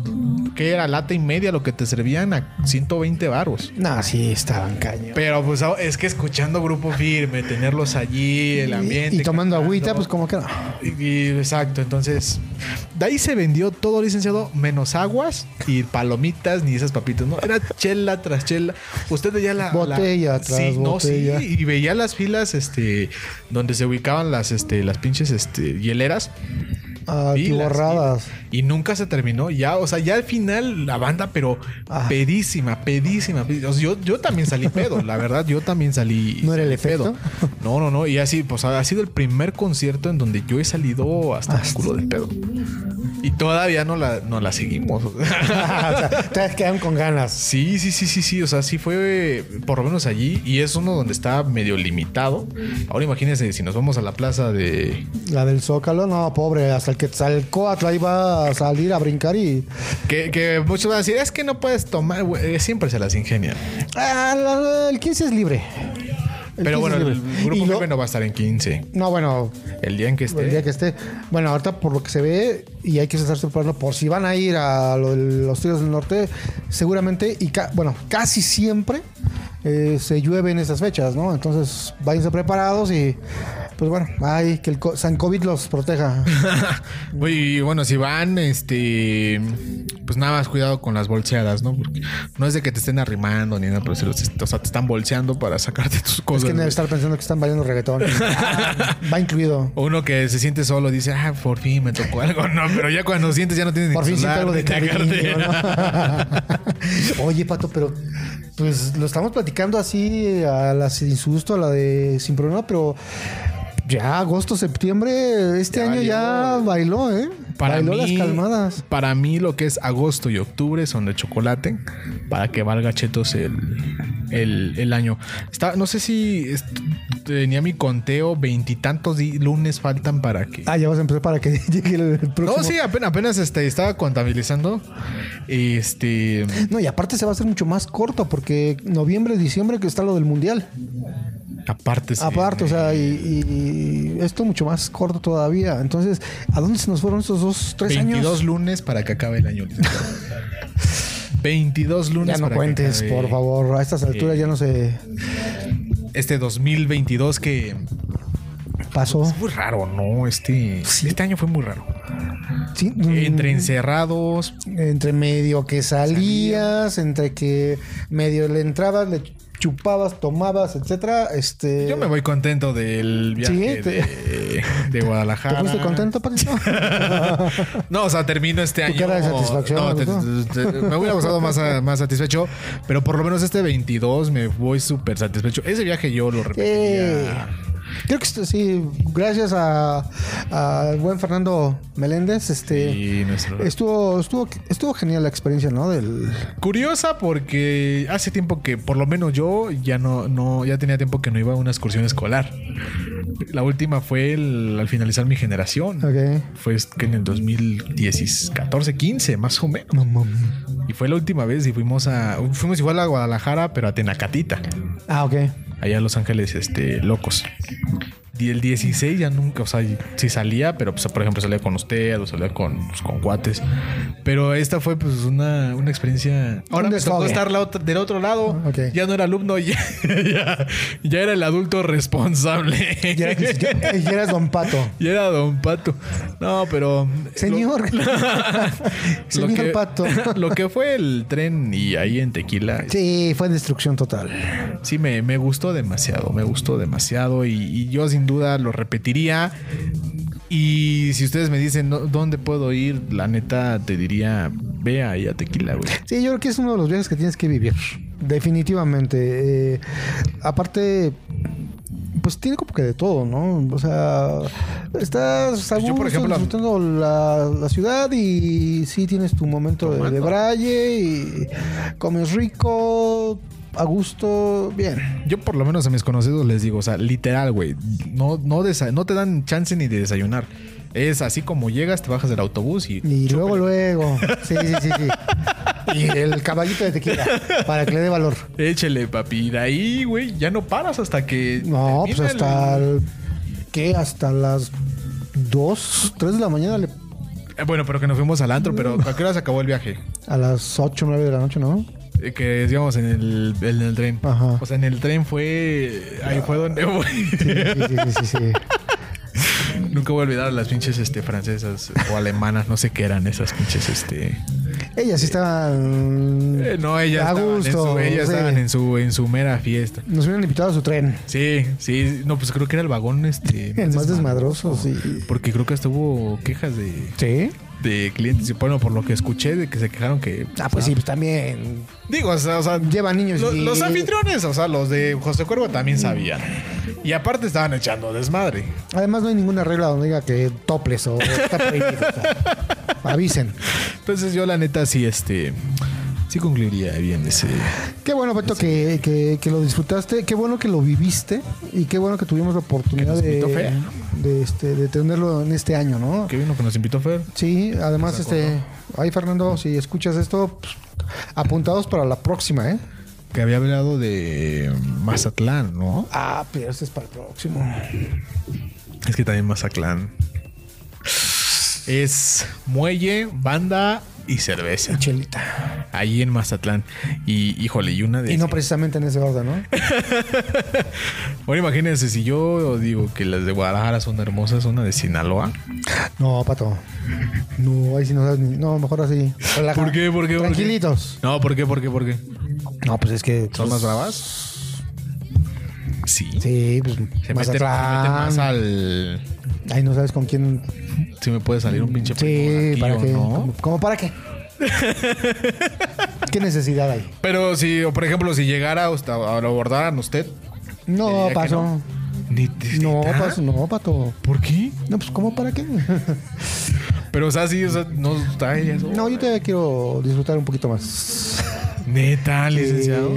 [SPEAKER 1] ¿qué era? Lata y media lo que te servían a 120 varos.
[SPEAKER 2] nah, sí, estaban caños.
[SPEAKER 1] Pero pues ah, es que escuchando grupo firme, tenerlos allí, el ambiente.
[SPEAKER 2] Y, y tomando
[SPEAKER 1] cantando.
[SPEAKER 2] agüita, pues como que no.
[SPEAKER 1] Y- y- exacto, entonces de ahí se vendió todo licenciado, menos aguas y palomitas ni esas papitas, ¿no? Era chela tras chela. Usted veía la
[SPEAKER 2] Botella
[SPEAKER 1] la-
[SPEAKER 2] tras
[SPEAKER 1] sí,
[SPEAKER 2] botella.
[SPEAKER 1] No, sí, y veía las filas este donde se ubicaban las este las pinches este hieleras
[SPEAKER 2] Ah,
[SPEAKER 1] Y las
[SPEAKER 2] borradas.
[SPEAKER 1] y nunca se terminó. Ya, o sea, ya al final la banda pero
[SPEAKER 2] Ah.
[SPEAKER 1] pedísima, pedísima. pedísima. O sea, yo yo también salí pedo, la verdad, yo también salí
[SPEAKER 2] ¿No era el
[SPEAKER 1] salí pedo. No, no, no, y así pues ha sido el primer concierto en donde yo he salido
[SPEAKER 2] Ah,
[SPEAKER 1] hasta el culo de pedo. Y todavía no la, no la seguimos.
[SPEAKER 2] o sea, te quedan con ganas.
[SPEAKER 1] sí, sí, sí, sí, sí. O sea, sí fue por lo menos allí. Y es uno donde está medio limitado. Ahora imagínense, si nos vamos a la plaza de.
[SPEAKER 2] La del Zócalo, no, pobre, hasta el que Quetzalcóatl ahí va a salir a brincar y.
[SPEAKER 1] Que, que muchos van a decir, es Eh, que no puedes tomar, güey". Siempre se las ingenian.
[SPEAKER 2] Ah, la- la- el 15 es libre. El
[SPEAKER 1] Pero
[SPEAKER 2] 15
[SPEAKER 1] bueno,
[SPEAKER 2] es
[SPEAKER 1] el
[SPEAKER 2] libre.
[SPEAKER 1] grupo
[SPEAKER 2] Y lo-
[SPEAKER 1] firme no va a estar en 15.
[SPEAKER 2] No, bueno,
[SPEAKER 1] El día en que esté.
[SPEAKER 2] el día que esté. Bueno, ahorita por lo que se ve, y hay que estar preparando por si van a ir a lo de los tiros del norte, seguramente, y ca- bueno, casi siempre eh, se llueve en esas fechas, ¿no? Entonces, váyanse preparados y, pues bueno, ay, que el co- San COVID los proteja.
[SPEAKER 1] Oye, y bueno, si van, este. Pues nada más cuidado con las bolseadas, ¿no? Porque no es de que te estén arrimando ni nada, pero se los- o sea, te están bolseando para sacarte tus
[SPEAKER 2] es
[SPEAKER 1] cosas.
[SPEAKER 2] que debe
[SPEAKER 1] güey.
[SPEAKER 2] estar pensando que están bailando reggaetón. Ah, va incluido.
[SPEAKER 1] O uno que se siente solo dice, ah, por fin me tocó algo. No, pero ya cuando sientes ya no tienes ni
[SPEAKER 2] Por fin siento
[SPEAKER 1] celular,
[SPEAKER 2] algo de
[SPEAKER 1] ni la
[SPEAKER 2] cariño,
[SPEAKER 1] cartera.
[SPEAKER 2] ¿no? Oye, Pato, pero pues lo estamos platicando así a la sin susto, a la de sin problema, pero ya agosto, septiembre, este
[SPEAKER 1] Ya
[SPEAKER 2] año ya bailó, ¿eh?
[SPEAKER 1] Para
[SPEAKER 2] bailó
[SPEAKER 1] mí,
[SPEAKER 2] las calmadas.
[SPEAKER 1] Para mí lo que es agosto y octubre son de chocolate para que valga chetos el, el, el año. Está, no sé si est- tenía mi conteo, veintitantos di- lunes faltan para que...
[SPEAKER 2] Ah, ya vas a empezar para que llegue el próximo.
[SPEAKER 1] No, sí, apenas, apenas este, estaba contabilizando. Este...
[SPEAKER 2] No, y aparte se va a hacer mucho más corto porque noviembre, diciembre que está lo del mundial.
[SPEAKER 1] Aparte, sí.
[SPEAKER 2] Aparte, o sea, y, y esto mucho más corto todavía. Entonces, ¿a dónde se nos fueron estos dos, tres
[SPEAKER 1] 22
[SPEAKER 2] años?
[SPEAKER 1] lunes para que acabe el año. licenciado. 22 lunes.
[SPEAKER 2] Ya no
[SPEAKER 1] para que
[SPEAKER 2] cuentes,
[SPEAKER 1] acabe
[SPEAKER 2] por favor. A estas alturas ya no se
[SPEAKER 1] Este 2022 que
[SPEAKER 2] pasó.
[SPEAKER 1] es muy raro, ¿no? Este, este año fue muy raro.
[SPEAKER 2] Sí,
[SPEAKER 1] Entre
[SPEAKER 2] Mm.
[SPEAKER 1] encerrados,
[SPEAKER 2] entre medio que salías, entre que medio le entrabas, le chupabas, tomabas, etcétera. Este,
[SPEAKER 1] yo me voy contento del viaje
[SPEAKER 2] Sí, te-
[SPEAKER 1] de, de
[SPEAKER 2] ¿Te
[SPEAKER 1] Guadalajara.
[SPEAKER 2] fuiste contento, Patricio?
[SPEAKER 1] No, o sea, termino este año.
[SPEAKER 2] cara de satisfacción,
[SPEAKER 1] No, te-
[SPEAKER 2] ¿no?
[SPEAKER 1] te- te- me hubiera gustado más, a- más satisfecho, pero por lo menos este 22 me voy súper satisfecho. Ese viaje yo lo
[SPEAKER 2] Eh,
[SPEAKER 1] repetiría.
[SPEAKER 2] creo que esto- sí, gracias a, al buen Fernando Meléndez, este
[SPEAKER 1] Y nuestro-
[SPEAKER 2] estuvo, estuvo, estuvo genial la experiencia, ¿no? Del
[SPEAKER 1] Curiosa porque hace tiempo que, por lo menos yo, ya no, no, ya tenía tiempo que no iba a una excursión escolar. La última fue el- al finalizar mi generación.
[SPEAKER 2] Ok.
[SPEAKER 1] Fue es- que en el 2014, 15, más o menos.
[SPEAKER 2] No mames.
[SPEAKER 1] Y fue la última vez y fuimos a, fuimos igual a Guadalajara, pero a Tenacatita,
[SPEAKER 2] Ah, ok.
[SPEAKER 1] allá a Los Ángeles, este, locos. Y el 16 ya nunca, o sea, sí salía, pero pues, por ejemplo salía con usted o salía con, pues, con cuates. Pero esta fue pues una, una experiencia... Ahora
[SPEAKER 2] Un
[SPEAKER 1] me tocó
[SPEAKER 2] desfogue.
[SPEAKER 1] estar la otra- del otro lado.
[SPEAKER 2] Ah, ok.
[SPEAKER 1] Ya no era alumno, ya, ya, ya era el adulto responsable.
[SPEAKER 2] Y eras, y eras Don Pato.
[SPEAKER 1] Ya era Don Pato. No, pero...
[SPEAKER 2] Señor.
[SPEAKER 1] Lo
[SPEAKER 2] Señor
[SPEAKER 1] que-
[SPEAKER 2] Pato.
[SPEAKER 1] lo que fue el tren y ahí en Tequila, sí,
[SPEAKER 2] Sí, fue destrucción total.
[SPEAKER 1] me, me gustó demasiado, me gustó demasiado y, y yo sin duda lo repetiría. Y si ustedes me dicen "No, dónde puedo ir, la neta te diría, ve ahí a Tequila, güey.
[SPEAKER 2] Sí, yo creo que es uno de los viajes que tienes que vivir. Definitivamente. Eh, aparte, pues tiene como que de todo, ¿no? O sea, estás a
[SPEAKER 1] Pues Yo, por
[SPEAKER 2] gusto
[SPEAKER 1] ejemplo,
[SPEAKER 2] disfrutando la, la ciudad y sí tienes tu momento de, de braille y comes rico, a gusto, bien.
[SPEAKER 1] Yo por lo menos a mis conocidos les digo, o sea, literal, güey, no, no, desa- no te dan chance ni de desayunar. Es así como llegas, te bajas del autobús y...
[SPEAKER 2] Y luego, luego. Sí, sí, sí, sí. Y el caballito de tequila para que le dé valor.
[SPEAKER 1] Échele, papi. Y De ahí, güey, ya no paras hasta que...
[SPEAKER 2] No, pues
[SPEAKER 1] termina el-
[SPEAKER 2] hasta. el- ¿Qué? Hasta las 2, 3 de la mañana, le-
[SPEAKER 1] Eh, Bueno, pero que nos fuimos al antro, pero ¿a qué hora se acabó el viaje?
[SPEAKER 2] a las 8, 9 de la noche, ¿no?
[SPEAKER 1] Eh, Que íbamos en el, en el tren.
[SPEAKER 2] Ajá. Ah,
[SPEAKER 1] O sea, en el tren fue. Ahí fue donde
[SPEAKER 2] Sí,
[SPEAKER 1] voy.
[SPEAKER 2] sí, sí, sí. sí.
[SPEAKER 1] Nunca voy a olvidar a las pinches este, francesas o alemanas, no sé qué eran esas pinches. este
[SPEAKER 2] Ellas sí estaban.
[SPEAKER 1] Eh, No, ellas
[SPEAKER 2] A
[SPEAKER 1] estaban,
[SPEAKER 2] gusto,
[SPEAKER 1] en, su, ellas
[SPEAKER 2] sí.
[SPEAKER 1] estaban en, su, en su mera fiesta.
[SPEAKER 2] Nos hubieran invitado a su tren.
[SPEAKER 1] Sí, sí. No, pues creo que era el vagón este.
[SPEAKER 2] El más desmadroso, sí.
[SPEAKER 1] Porque creo que hasta hubo quejas de,
[SPEAKER 2] ¿Sí?
[SPEAKER 1] de clientes. Y Bueno, por lo que escuché, de que se quejaron que.
[SPEAKER 2] Ah, pues sí, pues también.
[SPEAKER 1] Digo, o sea, o sea,
[SPEAKER 2] Llevan niños.
[SPEAKER 1] Lo-
[SPEAKER 2] y-
[SPEAKER 1] Los anfitriones, o sea, los de José Cuervo también sabían. Y aparte estaban echando desmadre.
[SPEAKER 2] Además, no hay ninguna regla donde diga que toples o está prohibido. o sea, avisen.
[SPEAKER 1] Entonces yo la neta sí, este, sí concluiría bien ese...
[SPEAKER 2] Qué bueno, Beto, que, que- que lo disfrutaste, qué bueno que lo viviste y qué bueno que tuvimos la oportunidad
[SPEAKER 1] Que nos invitó
[SPEAKER 2] de,
[SPEAKER 1] Fer.
[SPEAKER 2] de, este, de tenerlo en este año, ¿no?
[SPEAKER 1] Qué vino que nos invitó Fer.
[SPEAKER 2] Sí, además, este, ahí Fernando, si escuchas esto, pues, apuntados para la próxima, ¿eh?
[SPEAKER 1] que había hablado de Mazatlán, ¿no?
[SPEAKER 2] Ah, pero este es para el próximo.
[SPEAKER 1] Es que también Mazatlán. Es muelle, banda y cerveza.
[SPEAKER 2] Chelita.
[SPEAKER 1] Ahí en Mazatlán. Y híjole, y una de.
[SPEAKER 2] Y no precisamente en ese orden, ¿no?
[SPEAKER 1] Bueno, imagínense, si yo digo que las de Guadalajara son hermosas, una de Sinaloa.
[SPEAKER 2] No, pato. No, ahí sí no sabes ni. No, mejor así. Relaja.
[SPEAKER 1] ¿Por qué? ¿Por qué? ¿Por qué?
[SPEAKER 2] Tranquilitos.
[SPEAKER 1] No, ¿por qué? ¿Por qué? ¿Por qué?
[SPEAKER 2] No, pues es que.
[SPEAKER 1] ¿Son más bravas? Sí.
[SPEAKER 2] Sí, pues.
[SPEAKER 1] Se mete, se mete
[SPEAKER 2] Mazatlán.
[SPEAKER 1] más al.
[SPEAKER 2] Ahí no sabes con quién.
[SPEAKER 1] Si me puede salir un pinche primo de
[SPEAKER 2] Sí,
[SPEAKER 1] aquí
[SPEAKER 2] para
[SPEAKER 1] o
[SPEAKER 2] qué.
[SPEAKER 1] no.
[SPEAKER 2] ¿Cómo, cómo para qué? ¿Qué necesidad hay?
[SPEAKER 1] Pero si, o por ejemplo, si llegara hasta a lo abordaran usted. le diría
[SPEAKER 2] No,
[SPEAKER 1] que ¿Ah?
[SPEAKER 2] paso.
[SPEAKER 1] Ni- ni-
[SPEAKER 2] No,
[SPEAKER 1] ¿neta?
[SPEAKER 2] paso, no, pato.
[SPEAKER 1] ¿Por qué?
[SPEAKER 2] No, pues ¿cómo para qué?
[SPEAKER 1] Pero, o sea, sí, o sea, no está ella. sola.
[SPEAKER 2] No, yo todavía quiero disfrutar un poquito más.
[SPEAKER 1] Neta, licenciado.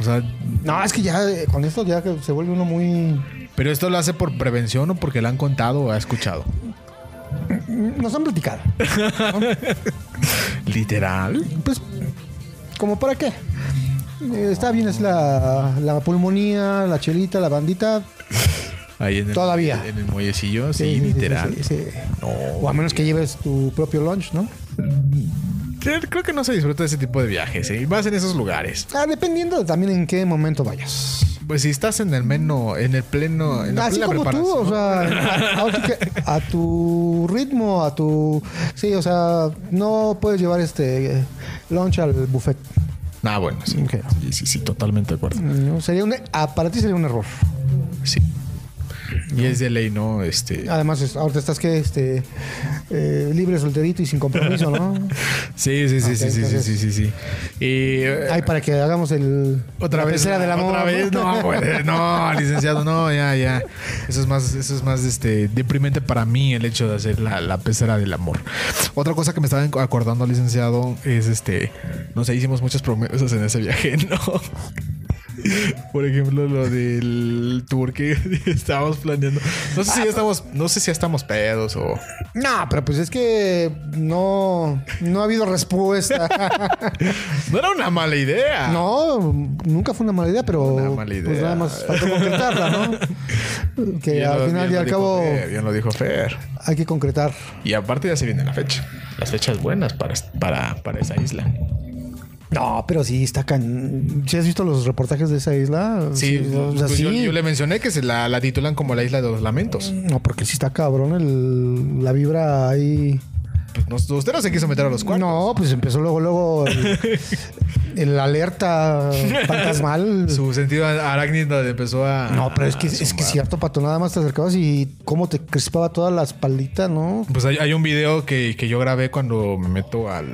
[SPEAKER 1] O sea,
[SPEAKER 2] No, es que ya eh, con esto ya que se vuelve uno muy...
[SPEAKER 1] pero esto lo hace por prevención o porque le han contado o ha escuchado.
[SPEAKER 2] Nos han platicado.
[SPEAKER 1] Literal.
[SPEAKER 2] Pues, ¿como para qué? Eh, Está bien, es la, la pulmonía, la chelita, la bandita.
[SPEAKER 1] Ahí en el,
[SPEAKER 2] Todavía.
[SPEAKER 1] En el muellecillo, sí, literal.
[SPEAKER 2] sí, sí.
[SPEAKER 1] No.
[SPEAKER 2] O a menos que lleves tu propio lunch, ¿no?
[SPEAKER 1] Creo que no se disfruta ese tipo de viajes, ¿eh? Y más en esos lugares.
[SPEAKER 2] Ah, dependiendo también en qué momento vayas.
[SPEAKER 1] Pues si estás en el menú, en el pleno, en la
[SPEAKER 2] Así
[SPEAKER 1] plena
[SPEAKER 2] como tú,
[SPEAKER 1] preparación.
[SPEAKER 2] o sea, ahora sí que a tu ritmo, a tu... Sí, o sea, no puedes llevar este eh, lunch al buffet.
[SPEAKER 1] Ah, bueno, sí.
[SPEAKER 2] Ok.
[SPEAKER 1] Sí, sí, sí, totalmente de acuerdo.
[SPEAKER 2] No, Sería un, ah, para ti sería un error.
[SPEAKER 1] Sí. Y es de ley, ¿no? Este.
[SPEAKER 2] Además, es- ahorita estás que este eh, libre, solterito y sin compromiso, ¿no?
[SPEAKER 1] Sí, sí, sí, sí, sí, sí,
[SPEAKER 2] entonces-
[SPEAKER 1] sí, sí, sí. Y eh,
[SPEAKER 2] Ay, para que hagamos el
[SPEAKER 1] otra
[SPEAKER 2] la
[SPEAKER 1] vez.
[SPEAKER 2] tercera del amor.
[SPEAKER 1] Otra vez, no, güey, no, licenciado, no, ya, ya. Eso es más, eso es más este deprimente para mí el hecho de hacer la, la pecera del amor. Otra cosa que me estaba acordando, licenciado, es este, no sé, hicimos muchas promesas en ese viaje, ¿no? Por ejemplo, lo del tour que estábamos planeando. No sé si ya estamos, no sé si ya estamos pedos o.
[SPEAKER 2] No, pero pues es que no no ha habido respuesta.
[SPEAKER 1] No era una mala idea.
[SPEAKER 2] no, nunca fue una mala idea, pero
[SPEAKER 1] Ah. Una mala idea.
[SPEAKER 2] pues nada más falta concretarla, ¿no? Que
[SPEAKER 1] Bien
[SPEAKER 2] al
[SPEAKER 1] lo-
[SPEAKER 2] final
[SPEAKER 1] bien
[SPEAKER 2] y
[SPEAKER 1] lo
[SPEAKER 2] al
[SPEAKER 1] dijo
[SPEAKER 2] cabo
[SPEAKER 1] Fer, bien lo dijo Fer.
[SPEAKER 2] hay que concretar.
[SPEAKER 1] Y aparte ya se viene la fecha. Las fechas buenas para, para, para esa isla.
[SPEAKER 2] No, pero sí está cañón. ¿Sí has visto los reportajes de esa isla?
[SPEAKER 1] Sí,
[SPEAKER 2] o sea,
[SPEAKER 1] pues Yo,
[SPEAKER 2] sí.
[SPEAKER 1] yo le mencioné que se la, la titulan como la isla de los lamentos.
[SPEAKER 2] No, porque sí está cabrón el- la vibra ahí.
[SPEAKER 1] Pues nos- usted no se quiso meter a los cuartos.
[SPEAKER 2] No, pues empezó luego, luego el, el alerta fantasmal.
[SPEAKER 1] Su sentido arácnido empezó a...
[SPEAKER 2] No, pero es que
[SPEAKER 1] a
[SPEAKER 2] es que
[SPEAKER 1] zumbar.
[SPEAKER 2] cierto, Pato, nada más te acercabas y cómo te crispaba toda la espaldita, ¿no?
[SPEAKER 1] Pues hay, hay un video que, que yo grabé cuando me meto al,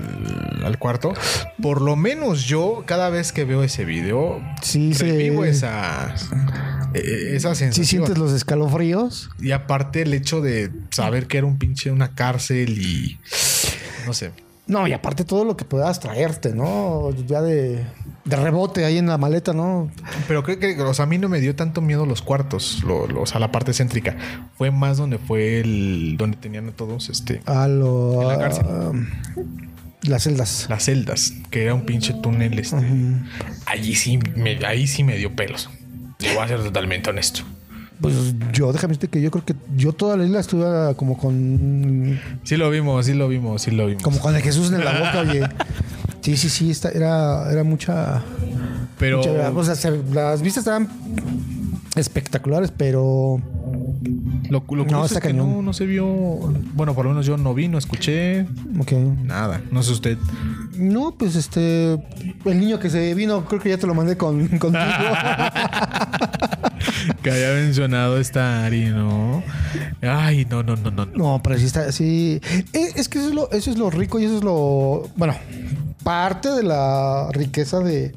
[SPEAKER 1] al cuarto. Por lo menos yo, cada vez que veo ese video,
[SPEAKER 2] Sí, se-
[SPEAKER 1] revivo esa, eh, esa
[SPEAKER 2] Si
[SPEAKER 1] sensación.
[SPEAKER 2] sientes los escalofríos.
[SPEAKER 1] Y aparte el hecho de saber que era un pinche una cárcel y no sé.
[SPEAKER 2] No, y aparte todo lo que puedas traerte, ¿no? Ya de, de rebote ahí en la maleta, ¿no?
[SPEAKER 1] Pero creo que o sea, a mí no me dio tanto miedo los cuartos, lo, lo- o sea, la parte céntrica. Fue más donde fue el donde tenían a todos este
[SPEAKER 2] A lo.
[SPEAKER 1] En la cárcel.
[SPEAKER 2] las celdas.
[SPEAKER 1] las celdas, que era un pinche túnel este. Allí sí me ahí sí me dio pelos. Yo voy a ser totalmente honesto.
[SPEAKER 2] Pues yo, déjame decirte que yo creo que yo toda la isla estuve ah, como con
[SPEAKER 1] Sí lo vimos, sí lo vimos, sí lo vimos.
[SPEAKER 2] Como con el Jesús en la boca, oye. Sí, sí, sí, esta- era, era mucha,
[SPEAKER 1] Pero
[SPEAKER 2] mucha- pues, O sea, se- las vistas estaban espectaculares, pero
[SPEAKER 1] lo, lo curioso
[SPEAKER 2] está
[SPEAKER 1] es que
[SPEAKER 2] cañón.
[SPEAKER 1] no, no se vio, bueno, por lo menos yo no vi, no escuché
[SPEAKER 2] ok.
[SPEAKER 1] nada. No sé usted.
[SPEAKER 2] No, pues este. El niño que se vino, creo que ya te lo mandé con, contigo.
[SPEAKER 1] Que había mencionado esta Ari, ¿no? Ay, no, no, no, no. no.
[SPEAKER 2] No, pero sí está, sí. Eh, Es, es que eso es, lo, eso es lo rico y eso es lo. Bueno, parte de la riqueza de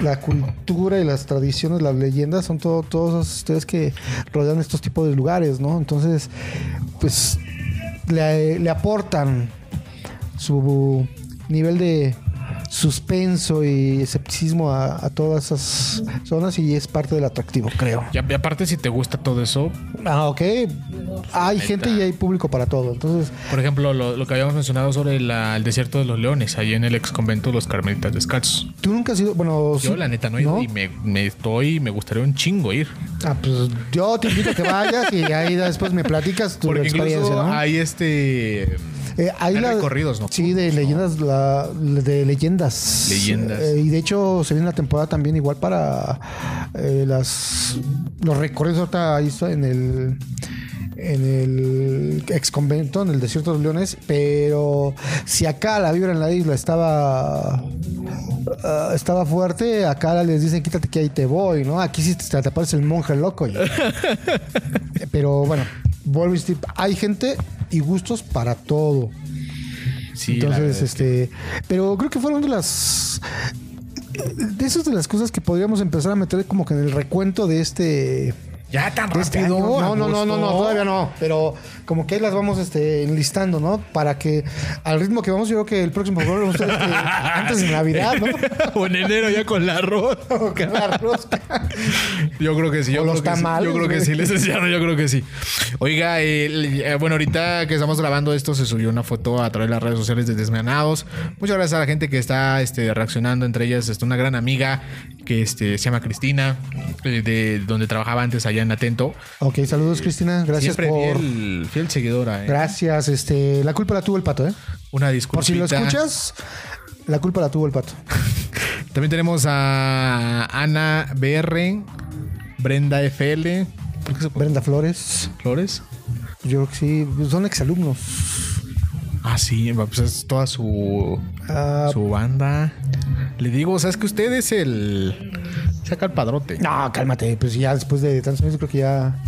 [SPEAKER 2] la cultura y las tradiciones, las leyendas, son todo, todas esas historias que rodean estos tipos de lugares, ¿no? Entonces, pues le, le aportan su nivel de suspenso y escepticismo a, a todas esas zonas y es parte del atractivo, creo.
[SPEAKER 1] Y, a- y aparte, si te gusta todo eso,
[SPEAKER 2] Ah, ok. Hay
[SPEAKER 1] Neta.
[SPEAKER 2] gente y hay público para todo. Entonces,
[SPEAKER 1] por ejemplo, lo, lo que habíamos mencionado sobre la- el desierto de los leones, ahí en el ex convento de los carmelitas descalzos.
[SPEAKER 2] tú nunca has sido. Bueno,
[SPEAKER 1] Yo,
[SPEAKER 2] Oh, sí-
[SPEAKER 1] la neta, no he ido y me, me estoy, me gustaría un chingo ir.
[SPEAKER 2] Ah, pues yo te invito a que vayas y ahí después me platicas tu
[SPEAKER 1] Porque
[SPEAKER 2] experiencia,
[SPEAKER 1] incluso
[SPEAKER 2] ¿no?
[SPEAKER 1] hay este.
[SPEAKER 2] Eh, ahí
[SPEAKER 1] Hay recorridos
[SPEAKER 2] Sí, de leyendas, la- de leyendas.
[SPEAKER 1] Leyendas.
[SPEAKER 2] Eh, y de hecho se viene la temporada también igual para eh, las los recorridos ahorita ahí está en el en el ex convento, en el desierto de los leones, pero si acá la vibra en la isla estaba ah, estaba fuerte, acá les dicen quítate que ahí te voy, ¿no? Aquí sí te, te aparece el monje loco. y- pero bueno, vuelvo a insistir, hay gente y gustos para todo.
[SPEAKER 1] Sí, la
[SPEAKER 2] Entonces,
[SPEAKER 1] verdad es que-
[SPEAKER 2] este, pero creo que fueron de las de esas de las cosas que podríamos empezar a meter como que en el recuento de este
[SPEAKER 1] Ya tan
[SPEAKER 2] de este
[SPEAKER 1] rápido.
[SPEAKER 2] año. No, no, no,
[SPEAKER 1] Augusto.
[SPEAKER 2] no, no, todavía no, pero como que ahí las vamos este enlistando, ¿no? Para que al ritmo que vamos, yo creo que el próximo programa vamos a hacer, este, antes de Navidad, ¿no?
[SPEAKER 1] o en enero ya con la ropa.
[SPEAKER 2] O que la rosca.
[SPEAKER 1] Yo creo que sí. Yo
[SPEAKER 2] O
[SPEAKER 1] creo
[SPEAKER 2] los
[SPEAKER 1] que sí,
[SPEAKER 2] tamales,
[SPEAKER 1] Yo creo que sí,
[SPEAKER 2] güey.
[SPEAKER 1] les enseñaron, yo creo que sí. Oiga, el- eh, bueno, ahorita que estamos grabando esto, se subió una foto a través de las redes sociales de Desmanados. Muchas gracias a la gente que está este, reaccionando, entre ellas está una gran amiga que este, se llama Cristina, eh, de donde trabajaba antes allá en Atento.
[SPEAKER 2] Ok, saludos Cristina, gracias
[SPEAKER 1] Siempre
[SPEAKER 2] por
[SPEAKER 1] fiel, fiel seguidora. eh.
[SPEAKER 2] gracias, este, la culpa la tuvo el pato, ¿eh?
[SPEAKER 1] Una disculpa.
[SPEAKER 2] Por si lo escuchas, la culpa la tuvo el pato.
[SPEAKER 1] También tenemos a Ana BR, Brenda FL. ¿Por qué se pone
[SPEAKER 2] Brenda Flores,
[SPEAKER 1] Flores?
[SPEAKER 2] yo creo que sí, son exalumnos.
[SPEAKER 1] Ah, sí, va, pues es toda su,
[SPEAKER 2] Ah,
[SPEAKER 1] su banda. Le digo, ¿sabes que usted es el. Saca el padrote.
[SPEAKER 2] No, cálmate, pues ya después de tantos años creo que ya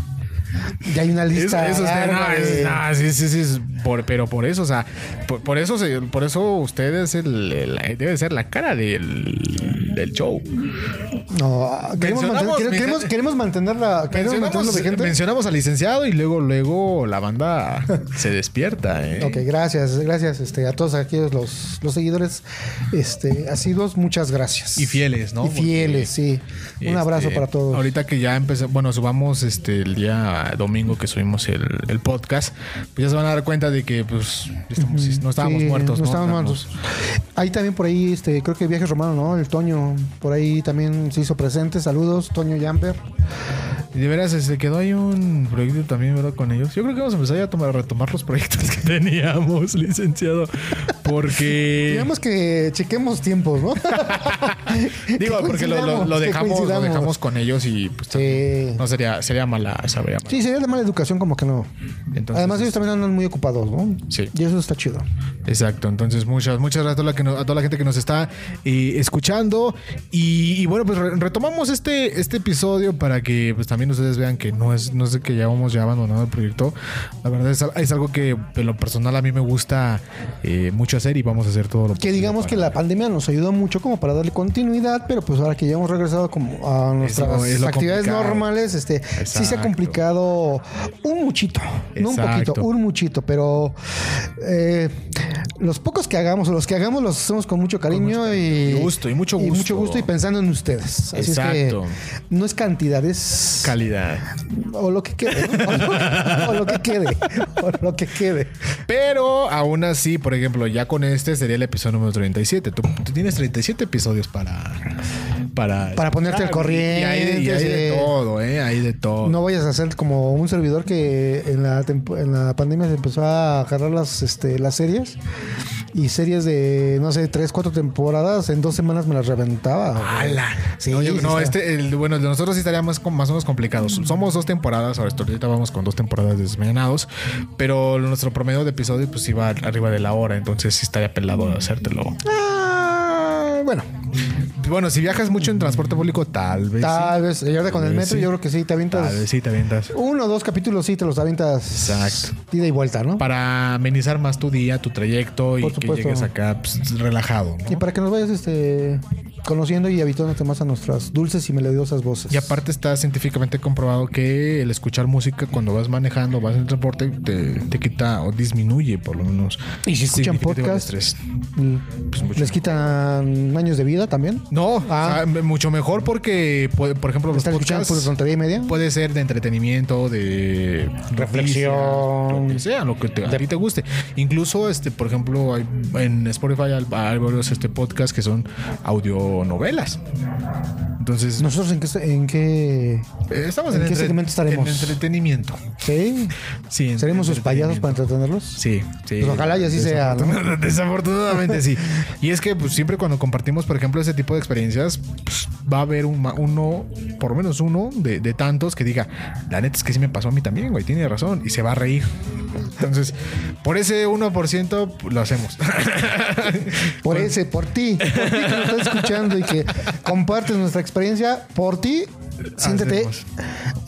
[SPEAKER 2] ya hay una lista. Ah, eh,
[SPEAKER 1] Eso- eso usted, no,
[SPEAKER 2] larga
[SPEAKER 1] es-
[SPEAKER 2] de-
[SPEAKER 1] no, sí, sí, sí, es por- pero por eso, o sea, por, por eso, se- por eso usted es el, el- debe ser la cara del, del show.
[SPEAKER 2] No,
[SPEAKER 1] Mencionamos-
[SPEAKER 2] queremos, mantener, queremos,
[SPEAKER 1] mencio-
[SPEAKER 2] queremos, queremos mantenerla, queremos mantenerlo
[SPEAKER 1] Mencionamos, eh,
[SPEAKER 2] vigente.
[SPEAKER 1] mencionamos al licenciado y luego, luego la banda se despierta. ¿eh?
[SPEAKER 2] Ok, gracias, gracias este, a todos aquellos los, los seguidores este, asiduos, muchas gracias.
[SPEAKER 1] Y fieles, ¿no?
[SPEAKER 2] Y fieles, sí. Un
[SPEAKER 1] Este,
[SPEAKER 2] abrazo para todos.
[SPEAKER 1] Ahorita que ya empezamos, bueno, subamos este el día domingo que subimos el, el podcast, pues ya se van a dar cuenta de que pues estamos- no estábamos
[SPEAKER 2] Sí,
[SPEAKER 1] muertos.
[SPEAKER 2] No estábamos muertos. Ahí también por ahí, este, creo que Viajes Romano, ¿no? El Toño, por ahí también se hizo presente. Saludos, Toño Jamper.
[SPEAKER 1] Y de veras, se quedó ahí un proyecto también, ¿verdad? Con ellos. Yo creo que vamos a empezar ya a, tomar, a retomar los proyectos que teníamos, licenciado. Porque.
[SPEAKER 2] Digamos que chequemos tiempos, ¿no?
[SPEAKER 1] digo,
[SPEAKER 2] que
[SPEAKER 1] porque lo, lo-
[SPEAKER 2] coincidamos,
[SPEAKER 1] lo
[SPEAKER 2] que
[SPEAKER 1] dejamos, lo
[SPEAKER 2] coincidamos.
[SPEAKER 1] dejamos con ellos y pues
[SPEAKER 2] Sí.
[SPEAKER 1] no sería, sería mala, sería mala.
[SPEAKER 2] Sí, sería de mala educación como que no.
[SPEAKER 1] Entonces,
[SPEAKER 2] Además ellos también andan muy ocupados, ¿no?
[SPEAKER 1] Sí.
[SPEAKER 2] Y eso está chido.
[SPEAKER 1] Exacto, entonces muchas, muchas gracias a toda la, que nos- a toda la gente que nos está eh, escuchando. Y, y bueno, pues re- retomamos este, este episodio para que pues también ustedes vean que no es, no es de que ya hemos ya abandonado el proyecto. La verdad es, al- es algo que en lo personal a mí me gusta eh, mucho hacer y vamos a hacer todo lo
[SPEAKER 2] Que
[SPEAKER 1] posible
[SPEAKER 2] digamos
[SPEAKER 1] para-
[SPEAKER 2] que la pandemia nos ayudó mucho como para darle continuidad, pero pues ahora que ya hemos regresado como a nuestras
[SPEAKER 1] es lo
[SPEAKER 2] actividades
[SPEAKER 1] complicado.
[SPEAKER 2] normales, este sí se ha
[SPEAKER 1] Exacto.
[SPEAKER 2] complicado un muchito, no un poquito,
[SPEAKER 1] Exacto.
[SPEAKER 2] un muchito, pero eh, los pocos que hagamos o los que hagamos los hacemos con mucho cariño, y,
[SPEAKER 1] y gusto, y mucho
[SPEAKER 2] y
[SPEAKER 1] gusto.
[SPEAKER 2] mucho gusto y pensando en ustedes. Así
[SPEAKER 1] Exacto.
[SPEAKER 2] es que no es cantidad, es
[SPEAKER 1] calidad.
[SPEAKER 2] O lo que quede. ¿no? O lo que- O lo que quede. O lo que quede.
[SPEAKER 1] Pero aún así, por ejemplo, ya con este sería el episodio número 37. Tú, tú tienes 37 episodios para... Para,
[SPEAKER 2] Para ponerte al corriente,
[SPEAKER 1] Y hay, de- y hay de
[SPEAKER 2] sí.
[SPEAKER 1] todo, ¿eh? Hay de todo.
[SPEAKER 2] No vayas a ser como un servidor que en la, tempo- en la pandemia se empezó a agarrar las, este, las series. Y series de, no sé, tres, cuatro temporadas. En dos semanas me las reventaba. güey.
[SPEAKER 1] ¡Hala!
[SPEAKER 2] Sí,
[SPEAKER 1] no, yo-
[SPEAKER 2] sí
[SPEAKER 1] no,
[SPEAKER 2] está.
[SPEAKER 1] este, el, bueno, el de nosotros sí estaría más, con- más o menos complicado. Somos dos temporadas, ahora esto- ahorita vamos con dos temporadas desmañanados, pero nuestro promedio de episodios pues iba arriba de la hora, entonces sí estaría pelado hacértelo.
[SPEAKER 2] Ah, bueno,
[SPEAKER 1] Bueno, si viajas mucho en transporte público, tal vez.
[SPEAKER 2] tal
[SPEAKER 1] Pues sí.
[SPEAKER 2] vez. Y ahora con el
[SPEAKER 1] Tal vez
[SPEAKER 2] metro,
[SPEAKER 1] sí.
[SPEAKER 2] yo creo que sí, te avientas.
[SPEAKER 1] Tal vez sí, te avientas.
[SPEAKER 2] Uno o dos capítulos sí te los avientas.
[SPEAKER 1] Exacto.
[SPEAKER 2] Ida y vuelta, ¿no?
[SPEAKER 1] Para amenizar más tu día, tu trayecto y
[SPEAKER 2] Por
[SPEAKER 1] que
[SPEAKER 2] supuesto.
[SPEAKER 1] llegues acá pues, relajado. ¿no?
[SPEAKER 2] Y para que nos vayas este conociendo y habituándote más a nuestras dulces y melodiosas voces.
[SPEAKER 1] Y aparte está científicamente comprobado que el escuchar música cuando vas manejando, vas en el transporte, te, te quita o disminuye por lo menos.
[SPEAKER 2] Y si escuchan
[SPEAKER 1] significativo el
[SPEAKER 2] podcast,
[SPEAKER 1] estrés.
[SPEAKER 2] mm,
[SPEAKER 1] Pues mucho
[SPEAKER 2] les quitan años de vida también.
[SPEAKER 1] No,
[SPEAKER 2] Ah.
[SPEAKER 1] o sea, m- mucho mejor porque, pu- por ejemplo, los
[SPEAKER 2] Están escuchando por
[SPEAKER 1] podcasts pues,
[SPEAKER 2] tontería y media.
[SPEAKER 1] puede ser de entretenimiento, de noticias, lo
[SPEAKER 2] Reflexión.
[SPEAKER 1] que sea, lo que te- a
[SPEAKER 2] De-
[SPEAKER 1] ti te guste. Incluso, este, por ejemplo, hay- en Spotify hay, hay varios este podcasts que son audionovelas. Entonces,
[SPEAKER 2] Nosotros en qué, en qué,
[SPEAKER 1] eh, estamos
[SPEAKER 2] ¿en
[SPEAKER 1] en,
[SPEAKER 2] qué segmento estaremos?
[SPEAKER 1] en entretenimiento.
[SPEAKER 2] sí,
[SPEAKER 1] Sí, en-
[SPEAKER 2] seremos sus payasos para
[SPEAKER 1] entretenimiento.
[SPEAKER 2] entretenerlos.
[SPEAKER 1] Sí, sí.
[SPEAKER 2] Pues ojalá y así sea, ¿no?
[SPEAKER 1] Desafortuna- Desafortunadamente sí. Y es que pues siempre cuando compartimos, por ejemplo, ese tipo de experiencias, pues, va a haber un ma- uno, por lo menos uno de, de tantos que diga, la neta es que sí me pasó a mí también, güey, tiene razón, y se va a reír. Entonces, por ese 1% pues, lo hacemos.
[SPEAKER 2] Por ese, por ti, por ti que nos estás escuchando y que compartes nuestra experiencia, por ti,
[SPEAKER 1] Ah,
[SPEAKER 2] siéntete
[SPEAKER 1] Hacemos.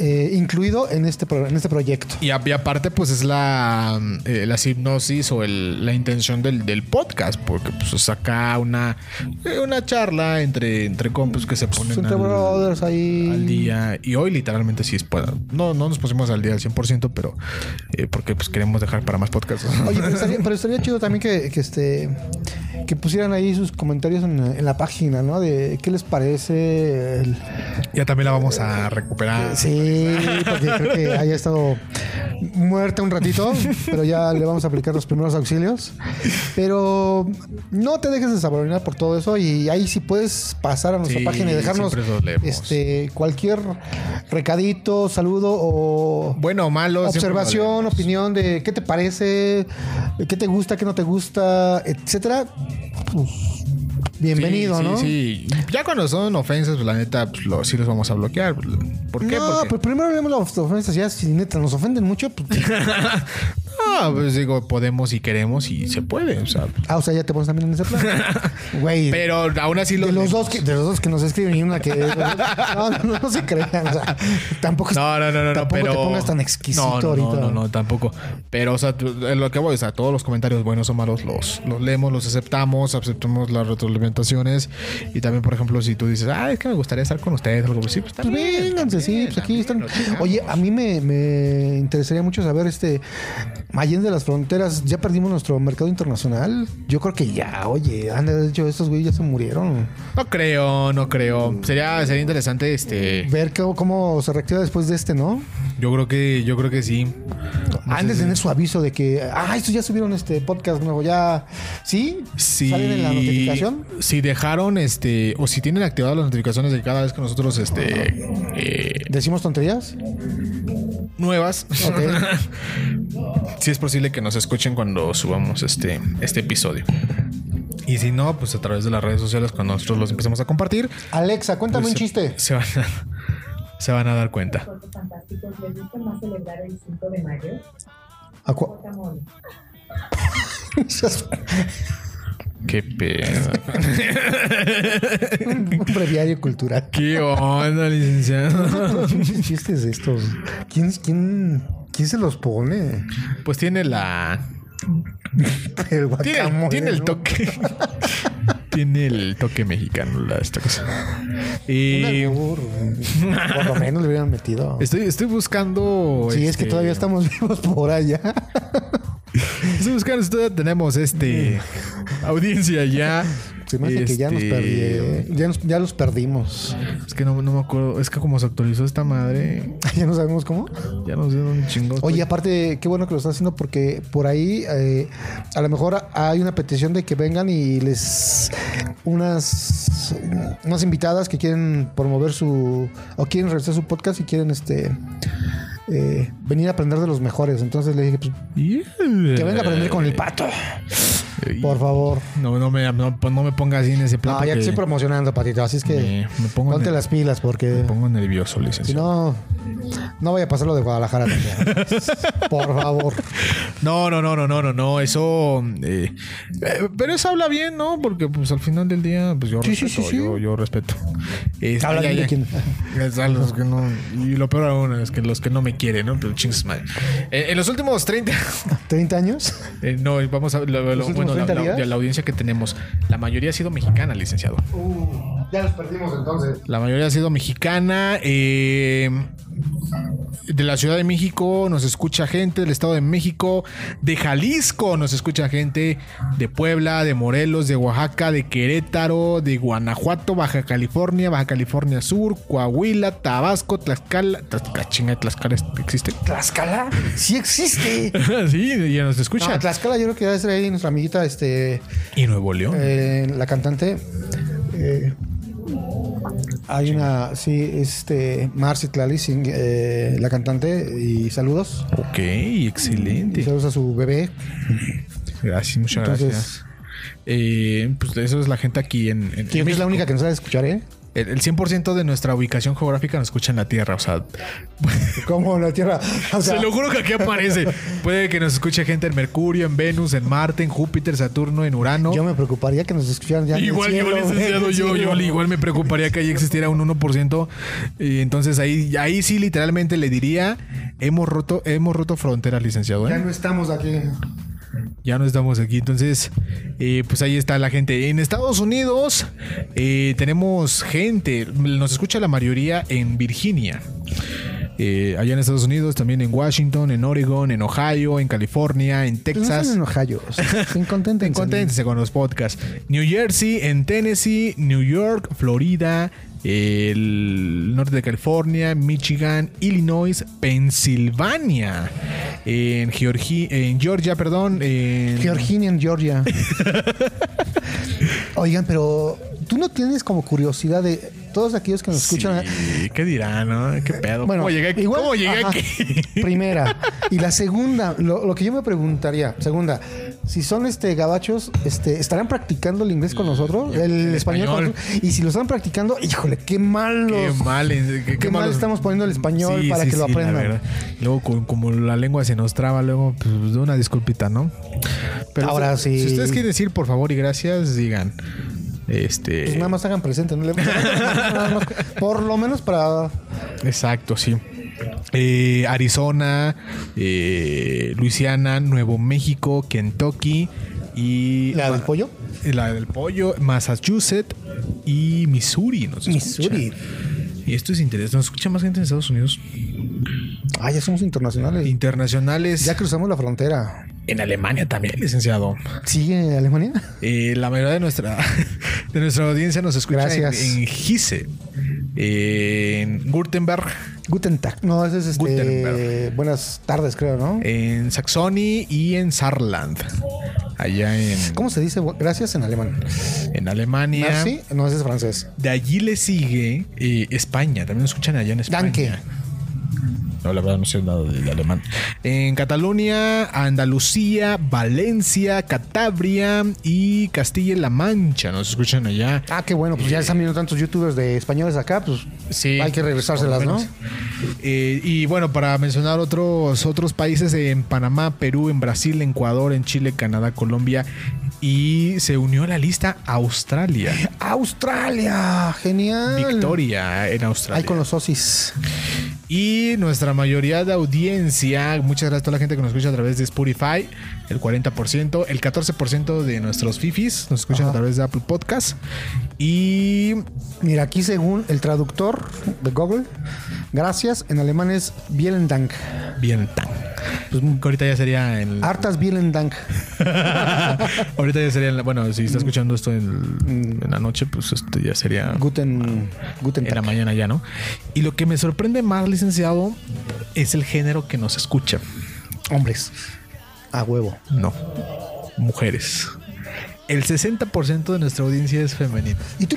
[SPEAKER 2] eh, incluido en este, pro- en este proyecto.
[SPEAKER 1] pues. Y, a- y aparte, pues es la, mm, eh, la hipnosis o el- la intención del, del podcast, porque pues saca una, eh, una charla entre, entre compas que se ponen
[SPEAKER 2] Pues, Entre
[SPEAKER 1] al-
[SPEAKER 2] brothers ahí.
[SPEAKER 1] al día. Y hoy literalmente sí es para- No, no nos pusimos al día al 100%, pero eh, porque pues queremos dejar para más podcasts.
[SPEAKER 2] Oye, pero estaría, pero estaría chido también que, que, este que pusieran ahí sus comentarios en, en la página, ¿no? De qué les parece el-
[SPEAKER 1] ya también la vamos a recuperar.
[SPEAKER 2] Sí, porque creo que haya estado muerta un ratito, pero ya le vamos a aplicar los primeros auxilios. Pero no te dejes desabronar por todo eso y ahí sí puedes pasar a nuestra
[SPEAKER 1] Sí,
[SPEAKER 2] página y dejarnos
[SPEAKER 1] siempre los leemos.
[SPEAKER 2] este cualquier recadito, saludo o
[SPEAKER 1] Bueno o malo. siempre
[SPEAKER 2] observación,
[SPEAKER 1] vale.
[SPEAKER 2] opinión de qué te parece, qué te gusta, qué no te gusta, etcétera. Pues, bienvenido,
[SPEAKER 1] Sí, sí,
[SPEAKER 2] ¿no?
[SPEAKER 1] Sí, Ya cuando son ofensas, pues la neta, pues lo- sí los vamos a bloquear. ¿Por qué?
[SPEAKER 2] No, pues
[SPEAKER 1] Porque-
[SPEAKER 2] pero primero hablemos de las ofensas. Ya, si neta nos ofenden mucho, pues
[SPEAKER 1] Ah, pues digo, podemos y queremos y se puede. O sea,
[SPEAKER 2] Ah, o sea, ya te pones también en ese plan. Güey. De
[SPEAKER 1] pero aún así los,
[SPEAKER 2] los, dos que, de los dos que nos escriben y una que... No, no, no se crean. O sea, tampoco,
[SPEAKER 1] No, no, no, no, no,
[SPEAKER 2] tampoco
[SPEAKER 1] pero...
[SPEAKER 2] te pongas tan exquisito
[SPEAKER 1] no, no,
[SPEAKER 2] ahorita.
[SPEAKER 1] No, no, no, tampoco. Pero, o sea, tú- en lo que voy, o sea, todos los comentarios buenos o malos los, los leemos, los aceptamos, aceptamos las retroalimentaciones. Y también, por ejemplo, si tú dices, ah, es que me gustaría estar con ustedes, algo así, pues está
[SPEAKER 2] Pues
[SPEAKER 1] bien,
[SPEAKER 2] vénganse, sí,
[SPEAKER 1] bien,
[SPEAKER 2] pues aquí
[SPEAKER 1] también,
[SPEAKER 2] están.
[SPEAKER 1] lo checamos.
[SPEAKER 2] Oye, a mí me, me interesaría mucho saber, este, Allende de las Fronteras, ¿ya perdimos nuestro mercado internacional? Yo creo que ya, oye, han de hecho, estos güeyes ya se murieron.
[SPEAKER 1] No creo, no creo. Sería, sería interesante, este.
[SPEAKER 2] Ver cómo, cómo se reactiva después de este, ¿no?
[SPEAKER 1] Yo creo que, yo creo que sí.
[SPEAKER 2] Han de tener su aviso de que, ah, estos ya subieron este podcast nuevo, ya, ¿sí?
[SPEAKER 1] si,
[SPEAKER 2] ¿Salen en la notificación?
[SPEAKER 1] Si dejaron este, o si tienen activadas las notificaciones de cada vez que nosotros este, eh,
[SPEAKER 2] ¿Decimos tonterías?
[SPEAKER 1] nuevas,
[SPEAKER 2] Ok.
[SPEAKER 1] si es posible que nos escuchen cuando subamos este, este episodio. Y si no, pues a través de las redes sociales, cuando nosotros los empecemos a compartir,
[SPEAKER 2] Alexa, cuéntame
[SPEAKER 1] pues
[SPEAKER 2] un
[SPEAKER 1] se-
[SPEAKER 2] chiste.
[SPEAKER 1] Se van a, se van a dar cuenta.
[SPEAKER 3] Los fantásticos les gusta más celebrar el 5 de mayo.
[SPEAKER 2] ¿A cua-
[SPEAKER 3] Guacamole.
[SPEAKER 1] Qué pedo.
[SPEAKER 2] un breviario cultural.
[SPEAKER 1] Qué onda, licenciado.
[SPEAKER 2] ¿Qué chistes estos? ¿Quién, quién, quién se los pone?
[SPEAKER 1] Pues tiene la.
[SPEAKER 2] El
[SPEAKER 1] Tiene, el-
[SPEAKER 2] guacamole,
[SPEAKER 1] tiene el
[SPEAKER 2] ¿no?
[SPEAKER 1] toque. tiene el toque mexicano, la, esta cosa.
[SPEAKER 2] Un
[SPEAKER 1] Y.
[SPEAKER 2] albur, güey. Por lo menos le hubieran metido.
[SPEAKER 1] Estoy, estoy buscando.
[SPEAKER 2] Sí, es
[SPEAKER 1] este,
[SPEAKER 2] que todavía estamos vivos por allá.
[SPEAKER 1] Estoy buscando si todavía tenemos este audiencia ya.
[SPEAKER 2] Se me hace que ya nos
[SPEAKER 1] Este, ah.
[SPEAKER 2] perdí. ¿eh? Ya, nos- ya los perdimos.
[SPEAKER 1] Es que no, no me acuerdo. Es que como se actualizó esta madre,
[SPEAKER 2] Ya no sabemos cómo.
[SPEAKER 1] ya nos dieron un chingo. Pues,
[SPEAKER 2] Oye, aparte, qué bueno que lo estás haciendo porque por ahí eh, a lo mejor hay una petición de que vengan y les unas unas invitadas que quieren promover su o quieren realizar su podcast y quieren este eh, venir a aprender de los mejores. Entonces le dije pues, que venga a aprender con el pato, por favor.
[SPEAKER 1] No, no me, no, pues no me ponga así en ese plan.
[SPEAKER 2] No, ya te
[SPEAKER 1] porque
[SPEAKER 2] estoy promocionando, patito. Así es que
[SPEAKER 1] me, me pongo
[SPEAKER 2] ponte
[SPEAKER 1] ner-
[SPEAKER 2] las pilas porque
[SPEAKER 1] me pongo nervioso,
[SPEAKER 2] si
[SPEAKER 1] licenciado.
[SPEAKER 2] no no vaya a pasar lo de Guadalajara. también. por favor.
[SPEAKER 1] No, no, no, no, no, no, no. Eso. eh, eh, pero eso habla bien, ¿no? Porque pues al final del día, pues yo
[SPEAKER 2] Sí, sí,
[SPEAKER 1] respeto.
[SPEAKER 2] sí, sí.
[SPEAKER 1] Yo, yo respeto. Este,
[SPEAKER 2] Habla
[SPEAKER 1] ya,
[SPEAKER 2] bien de
[SPEAKER 1] ya.
[SPEAKER 2] quién.
[SPEAKER 1] Es a los que no- y lo peor aún es que los que no me quieren, ¿no? Pero chingas madre. Eh, en los últimos 30.
[SPEAKER 2] 30 años.
[SPEAKER 1] eh, no, vamos a. lo- lo-
[SPEAKER 2] últimos
[SPEAKER 1] bueno, la,
[SPEAKER 2] 30
[SPEAKER 1] la-
[SPEAKER 2] días?
[SPEAKER 1] la audiencia que tenemos, la mayoría ha sido mexicana, licenciado.
[SPEAKER 2] Uh, Ya los perdimos entonces.
[SPEAKER 1] La mayoría ha sido mexicana. eh, de la Ciudad de México nos escucha gente, del Estado de México, de Jalisco nos escucha gente, de Puebla, de Morelos, de Oaxaca, de Querétaro, de Guanajuato, Baja California, Baja California Sur, Coahuila, Tabasco, Tlaxcala. Tlaxcala, chinga, Tlaxcala existe.
[SPEAKER 2] ¿Tlaxcala? Sí existe.
[SPEAKER 1] sí, ya nos
[SPEAKER 2] No,
[SPEAKER 1] escucha.
[SPEAKER 2] Tlaxcala yo creo que debe ser ahí nuestra amiguita, este,
[SPEAKER 1] y Nuevo León.
[SPEAKER 2] eh, la cantante. eh, hay una, sí, este, Marci Tlali, sí, eh, la cantante, y saludos.
[SPEAKER 1] ok,
[SPEAKER 2] Y
[SPEAKER 1] excelente.
[SPEAKER 2] saludos a su bebé.
[SPEAKER 1] Gracias, muchas
[SPEAKER 2] Entonces-
[SPEAKER 1] gracias. Eh, pues eso es la gente aquí en, en-
[SPEAKER 2] Que yo creo
[SPEAKER 1] en
[SPEAKER 2] que es la
[SPEAKER 1] México.
[SPEAKER 2] única que nos sabe escuchar, ¿eh?
[SPEAKER 1] El, el 100% de nuestra ubicación geográfica nos escucha en la Tierra, o sea,
[SPEAKER 2] Como la tierra. O sea,
[SPEAKER 1] se lo juro que aquí aparece. Puede que nos escuche gente en Mercurio, en Venus, en Marte, en Júpiter, Saturno, en Urano.
[SPEAKER 2] yo me preocuparía que nos escucharan ya. en el
[SPEAKER 1] Igual yo,
[SPEAKER 2] cielo,
[SPEAKER 1] licenciado,
[SPEAKER 2] en el
[SPEAKER 1] yo,
[SPEAKER 2] cielo.
[SPEAKER 1] yo igual me preocuparía que ahí existiera un 1%. Y entonces ahí, ahí sí literalmente le diría, hemos roto, hemos roto fronteras, licenciado. ¿eh?
[SPEAKER 2] Ya no estamos aquí.
[SPEAKER 1] ya no estamos aquí. Entonces, eh, pues ahí está la gente. En Estados Unidos eh, tenemos gente, nos escucha la mayoría en Virginia. Eh, allá en Estados Unidos, también en Washington, en Oregon, en Ohio, en California, en
[SPEAKER 2] Pues no
[SPEAKER 1] Texas.
[SPEAKER 2] están en Ohio. Sin contento.
[SPEAKER 1] Ten- Conténtense con los podcasts. New Jersey, en Tennessee, New York, Florida, el norte de California, Michigan, Illinois, Pensilvania, en, Georgi- en Georgia, perdón, en
[SPEAKER 2] Georgina en Georgia. Oigan, pero tú no tienes como curiosidad de todos aquellos que nos escuchan.
[SPEAKER 1] Sí, ¿Qué dirán, no? ¿Qué pedo?
[SPEAKER 2] Bueno,
[SPEAKER 1] ¿Cómo llegué aquí?
[SPEAKER 2] igual-
[SPEAKER 1] ¿Cómo llegué
[SPEAKER 2] ajá.
[SPEAKER 1] aquí?
[SPEAKER 2] Primera. Y la segunda, lo, lo que yo me preguntaría, segunda, si son este gabachos, este, ¿estarán practicando el inglés con nosotros? El, español. con
[SPEAKER 1] Mm, español.
[SPEAKER 2] nosotros? y si lo están practicando, híjole, qué malos.
[SPEAKER 1] Qué mal, qué, qué
[SPEAKER 2] Qué mal
[SPEAKER 1] malos-
[SPEAKER 2] estamos poniendo el español para que lo
[SPEAKER 1] la
[SPEAKER 2] aprendan.
[SPEAKER 1] verdad. luego, con- como la lengua se nos traba, luego, pues, de una disculpita, ¿no?
[SPEAKER 2] Ahora
[SPEAKER 1] si,
[SPEAKER 2] sí.
[SPEAKER 1] Si ustedes quieren decir por favor y gracias, digan. Este.
[SPEAKER 2] Pues nada más hagan presente, no le nada más, Por lo menos para.
[SPEAKER 1] Exacto, sí. Eh, Arizona, eh, Luisiana, Nuevo México, Kentucky y.
[SPEAKER 2] ¿La del pollo?
[SPEAKER 1] Eh, La del pollo, Massachusetts y Missouri. Nos escucha.
[SPEAKER 2] Missouri.
[SPEAKER 1] Y esto es interesante. Nos escucha más gente en Estados Unidos.
[SPEAKER 2] Ah, ya somos internacionales.
[SPEAKER 1] Internacionales.
[SPEAKER 2] Ya cruzamos la frontera.
[SPEAKER 1] En Alemania también, licenciado.
[SPEAKER 2] ¿Sí, en Alemania?
[SPEAKER 1] Eh, la mayoría de nuestra, de nuestra audiencia nos escucha en,
[SPEAKER 2] Gracias.
[SPEAKER 1] en Gise, en Württemberg,
[SPEAKER 2] Guten Tag. No, ese es este.
[SPEAKER 1] Gutenberg. Eh,
[SPEAKER 2] Buenas tardes, creo, ¿no?
[SPEAKER 1] en Saxony y en Saarland. Allá en,
[SPEAKER 2] ¿Cómo se dice bu- gracias en alemán?
[SPEAKER 1] en Alemania.
[SPEAKER 2] Merci, no, ese es francés.
[SPEAKER 1] De allí le sigue eh, España. También nos escuchan allá en España.
[SPEAKER 2] Danke.
[SPEAKER 1] No, la verdad no sé nada del alemán. En Cataluña, Andalucía, Valencia, Cantabria y Castilla-La Mancha. Nos escuchan allá.
[SPEAKER 2] Ah, qué bueno, pues ya están viendo tantos youtubers de españoles acá, pues
[SPEAKER 1] Sí,
[SPEAKER 2] hay que regresárselas,
[SPEAKER 1] por lo
[SPEAKER 2] ¿no?
[SPEAKER 1] menos. Eh, y bueno, para mencionar otros, otros países, en Panamá, Perú, en Brasil, en Ecuador, en Chile, Canadá, Colombia. Y se unió a la lista Australia.
[SPEAKER 2] ¡Australia! ¡Genial!
[SPEAKER 1] Victoria en Australia.
[SPEAKER 2] Ahí con los sosis.
[SPEAKER 1] Y nuestra mayoría de audiencia, muchas gracias a toda la gente que nos escucha a través de Spotify, el 40%, el 14% de nuestros fifis nos escuchan
[SPEAKER 2] Ajá.
[SPEAKER 1] a través de Apple Podcast. Y
[SPEAKER 2] Mira, aquí según el traductor de Google, gracias en alemán es Vielen Dank.
[SPEAKER 1] bien, tan. Pues que ahorita ya sería el.
[SPEAKER 2] Hartas Vielen Dank.
[SPEAKER 1] ahorita ya sería. en la- bueno, si está escuchando esto en, en la noche, pues este ya sería.
[SPEAKER 2] Guten, guten
[SPEAKER 1] En la
[SPEAKER 2] Tag.
[SPEAKER 1] mañana ya, ¿no? Y lo que me sorprende más, licenciado, es el género que nos escucha.
[SPEAKER 2] Hombres. A huevo.
[SPEAKER 1] No, mujeres. El 60% de nuestra audiencia es femenina.
[SPEAKER 2] Y tú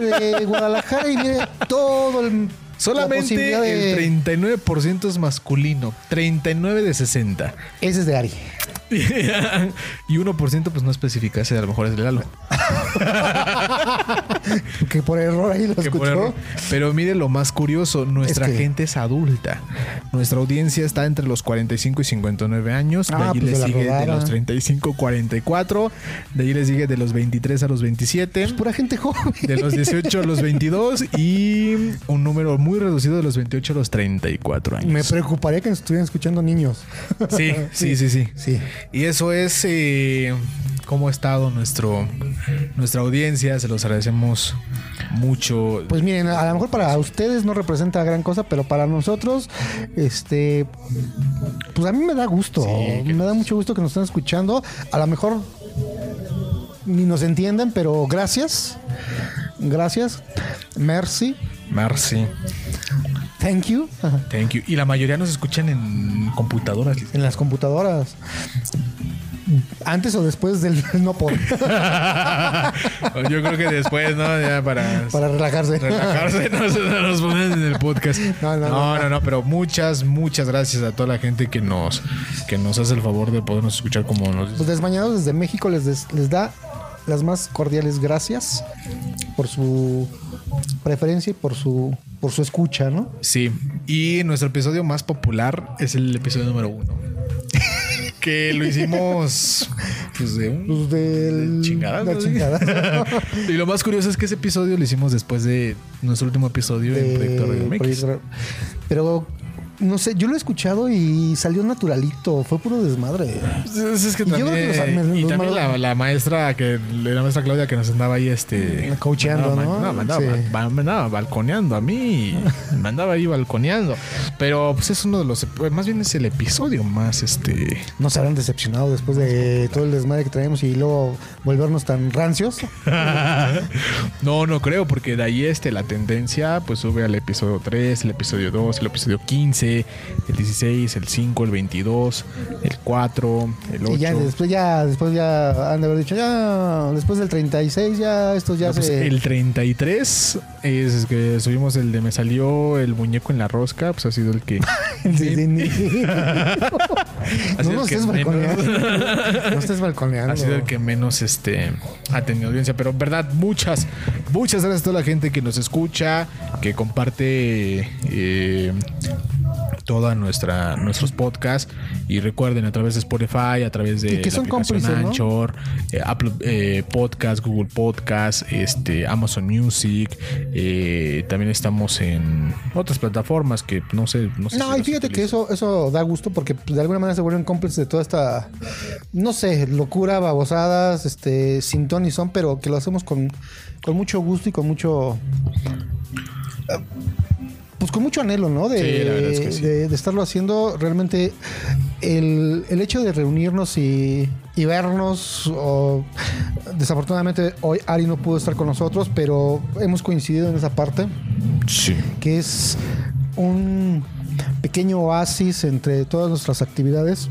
[SPEAKER 2] de Guadalajara y mira todo el. la
[SPEAKER 1] Solamente
[SPEAKER 2] posibilidad de-
[SPEAKER 1] el 39% es masculino, 39 de 60.
[SPEAKER 2] Ese es de Ari.
[SPEAKER 1] y 1% pues no especifica, ese a lo mejor es el Lalo.
[SPEAKER 2] Que por error ahí lo
[SPEAKER 1] Que por error.
[SPEAKER 2] escuchó.
[SPEAKER 1] Pero mire lo más curioso, nuestra
[SPEAKER 2] que-
[SPEAKER 1] gente es adulta. Nuestra audiencia está entre los 45 y 59 años, de
[SPEAKER 2] Ah,
[SPEAKER 1] allí
[SPEAKER 2] pues
[SPEAKER 1] les
[SPEAKER 2] de la
[SPEAKER 1] sigue de
[SPEAKER 2] rodada.
[SPEAKER 1] los 35 44, de allí les sigue de los 23 a los 27.
[SPEAKER 2] Es pura gente joven.
[SPEAKER 1] De los 18 a los 22 y un número muy reducido de los 28 a los 34 años.
[SPEAKER 2] Me preocuparía que nos estuvieran escuchando niños.
[SPEAKER 1] Sí, sí, sí, sí.
[SPEAKER 2] Sí.
[SPEAKER 1] Y eso es eh, cómo ha estado nuestro, nuestra audiencia. Se los agradecemos mucho.
[SPEAKER 2] Pues miren, a lo mejor para ustedes no representa gran cosa, pero para nosotros, este, pues a mí me da gusto,
[SPEAKER 1] Sí, que
[SPEAKER 2] me da mucho gusto que nos estén escuchando. A lo mejor ni nos entienden, pero gracias, gracias, merci,
[SPEAKER 1] Marcy,
[SPEAKER 2] thank you,
[SPEAKER 1] thank you. Y la mayoría nos escuchan en computadoras. Liz.
[SPEAKER 2] en las computadoras. Antes o después del no por,
[SPEAKER 1] Yo creo que después, ¿no? Ya para,
[SPEAKER 2] para relajarse.
[SPEAKER 1] relajarse no se no nos ponen en el podcast.
[SPEAKER 2] No, no, no.
[SPEAKER 1] no, pero muchas, muchas gracias a toda la gente que nos, que nos hace el favor de podernos escuchar como nos
[SPEAKER 2] Los desmañados desde México les, des- les da las más cordiales gracias por su preferencia y por su por su escucha, ¿no?
[SPEAKER 1] Sí, y nuestro episodio más popular es el episodio número uno. que lo hicimos pues de un
[SPEAKER 2] Los del
[SPEAKER 1] de chingadazo,
[SPEAKER 2] la
[SPEAKER 1] ¿sí?
[SPEAKER 2] chingada.
[SPEAKER 1] y lo más curioso es que ese episodio lo hicimos después de nuestro último episodio en
[SPEAKER 2] De
[SPEAKER 1] Proyecto Radio MX.
[SPEAKER 2] Proyecto Radio- Pero no sé, yo lo he escuchado y salió naturalito, fue puro desmadre.
[SPEAKER 1] Pues es que
[SPEAKER 2] Y yo creo
[SPEAKER 1] también,
[SPEAKER 2] que los- los
[SPEAKER 1] y también
[SPEAKER 2] malos-
[SPEAKER 1] la, la maestra que la maestra Claudia que nos andaba ahí este
[SPEAKER 2] Mm, Coacheando,
[SPEAKER 1] mandaba-
[SPEAKER 2] ¿no?
[SPEAKER 1] mandaba- mandaba,
[SPEAKER 2] Sí.
[SPEAKER 1] ba- mandaba balconeando a mí, mandaba ahí balconeando, pero pues es uno de los ep- más bien es el episodio más este
[SPEAKER 2] No se habrán decepcionado después de todo el desmadre que traemos y luego volvernos tan rancios.
[SPEAKER 1] No, no creo, porque de ahí este, la tendencia pues sube al episodio 3, el episodio 2, el episodio 15, el 16, el 5, el 22, el 4, el 8.
[SPEAKER 2] Y ya después ya después ya han de haber dicho, ya después del 36 ya estos ya
[SPEAKER 1] No, pues,
[SPEAKER 2] se
[SPEAKER 1] el 33 es que subimos el de me salió el muñeco en la rosca, pues ha sido el que...
[SPEAKER 2] Sí, sí, ni-
[SPEAKER 1] ha
[SPEAKER 2] No
[SPEAKER 1] sido el
[SPEAKER 2] nos
[SPEAKER 1] que
[SPEAKER 2] estés balconeando.
[SPEAKER 1] menos-
[SPEAKER 2] Ah, No estés balconeando.
[SPEAKER 1] Ha sido el que menos este, ha tenido audiencia. Pero, en verdad, muchas, muchas gracias a toda la gente que nos escucha, que comparte eh, toda nuestra nuestros podcasts. Y recuerden, a través de Spotify, a través de
[SPEAKER 2] Y que son cómplices, ¿no?
[SPEAKER 1] Anchor, eh, Apple eh, Podcast, Google Podcast, este, Amazon Music. eh, también estamos en otras plataformas que no sé. No, sé si
[SPEAKER 2] No, y
[SPEAKER 1] las
[SPEAKER 2] fíjate que
[SPEAKER 1] utilizan.
[SPEAKER 2] eso, eso da gusto porque pues, de alguna manera se vuelven cómplices de toda esta, no sé, locura, babosadas, este, sin ton ni son, pero que lo hacemos con, con mucho gusto y con mucho. eh, Pues con mucho anhelo, ¿no? De,
[SPEAKER 1] Sí, la verdad es que sí.
[SPEAKER 2] de- de estarlo haciendo. Realmente el, el hecho de reunirnos y, y vernos, o, desafortunadamente hoy Ari no pudo estar con nosotros, pero hemos coincidido en esa parte
[SPEAKER 1] Sí.
[SPEAKER 2] que es un pequeño oasis entre todas nuestras actividades.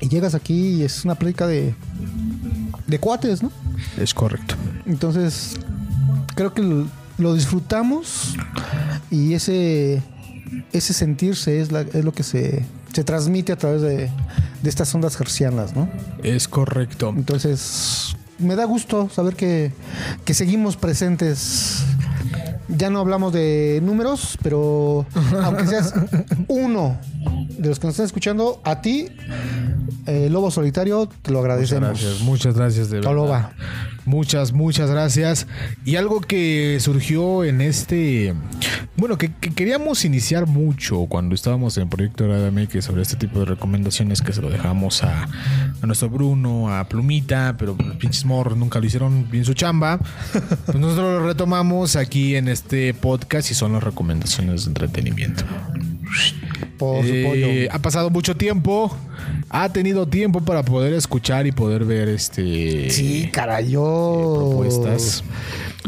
[SPEAKER 2] Y llegas aquí y es una plática de, de cuates, ¿no?
[SPEAKER 1] Es correcto.
[SPEAKER 2] Entonces, creo que lo, lo disfrutamos y ese, ese sentirse es, la- es lo que se, se transmite a través de, de estas ondas hercianas, ¿no?
[SPEAKER 1] Es correcto.
[SPEAKER 2] Entonces, me da gusto saber que, que seguimos presentes. Ya no hablamos de números, pero aunque seas uno de los que nos están escuchando, a ti, eh, Lobo Solitario, te lo
[SPEAKER 1] Muchas
[SPEAKER 2] agradecemos.
[SPEAKER 1] gracias, muchas gracias de verdad.
[SPEAKER 2] Toloba.
[SPEAKER 1] Muchas, muchas gracias. Y algo que surgió en este. Bueno, que, que queríamos iniciar mucho cuando estábamos en Proyecto Radio MX sobre este tipo de recomendaciones que se lo dejamos a, a nuestro Bruno, a Plumita, pero los pinches morros nunca lo hicieron bien su chamba. Pues nosotros lo retomamos aquí en este podcast y son las recomendaciones de entretenimiento.
[SPEAKER 2] Por su
[SPEAKER 1] Eh,
[SPEAKER 2] pollo.
[SPEAKER 1] ha pasado mucho tiempo. Ha tenido tiempo para poder escuchar y poder ver este.
[SPEAKER 2] Sí, caray, yo
[SPEAKER 1] propuestas.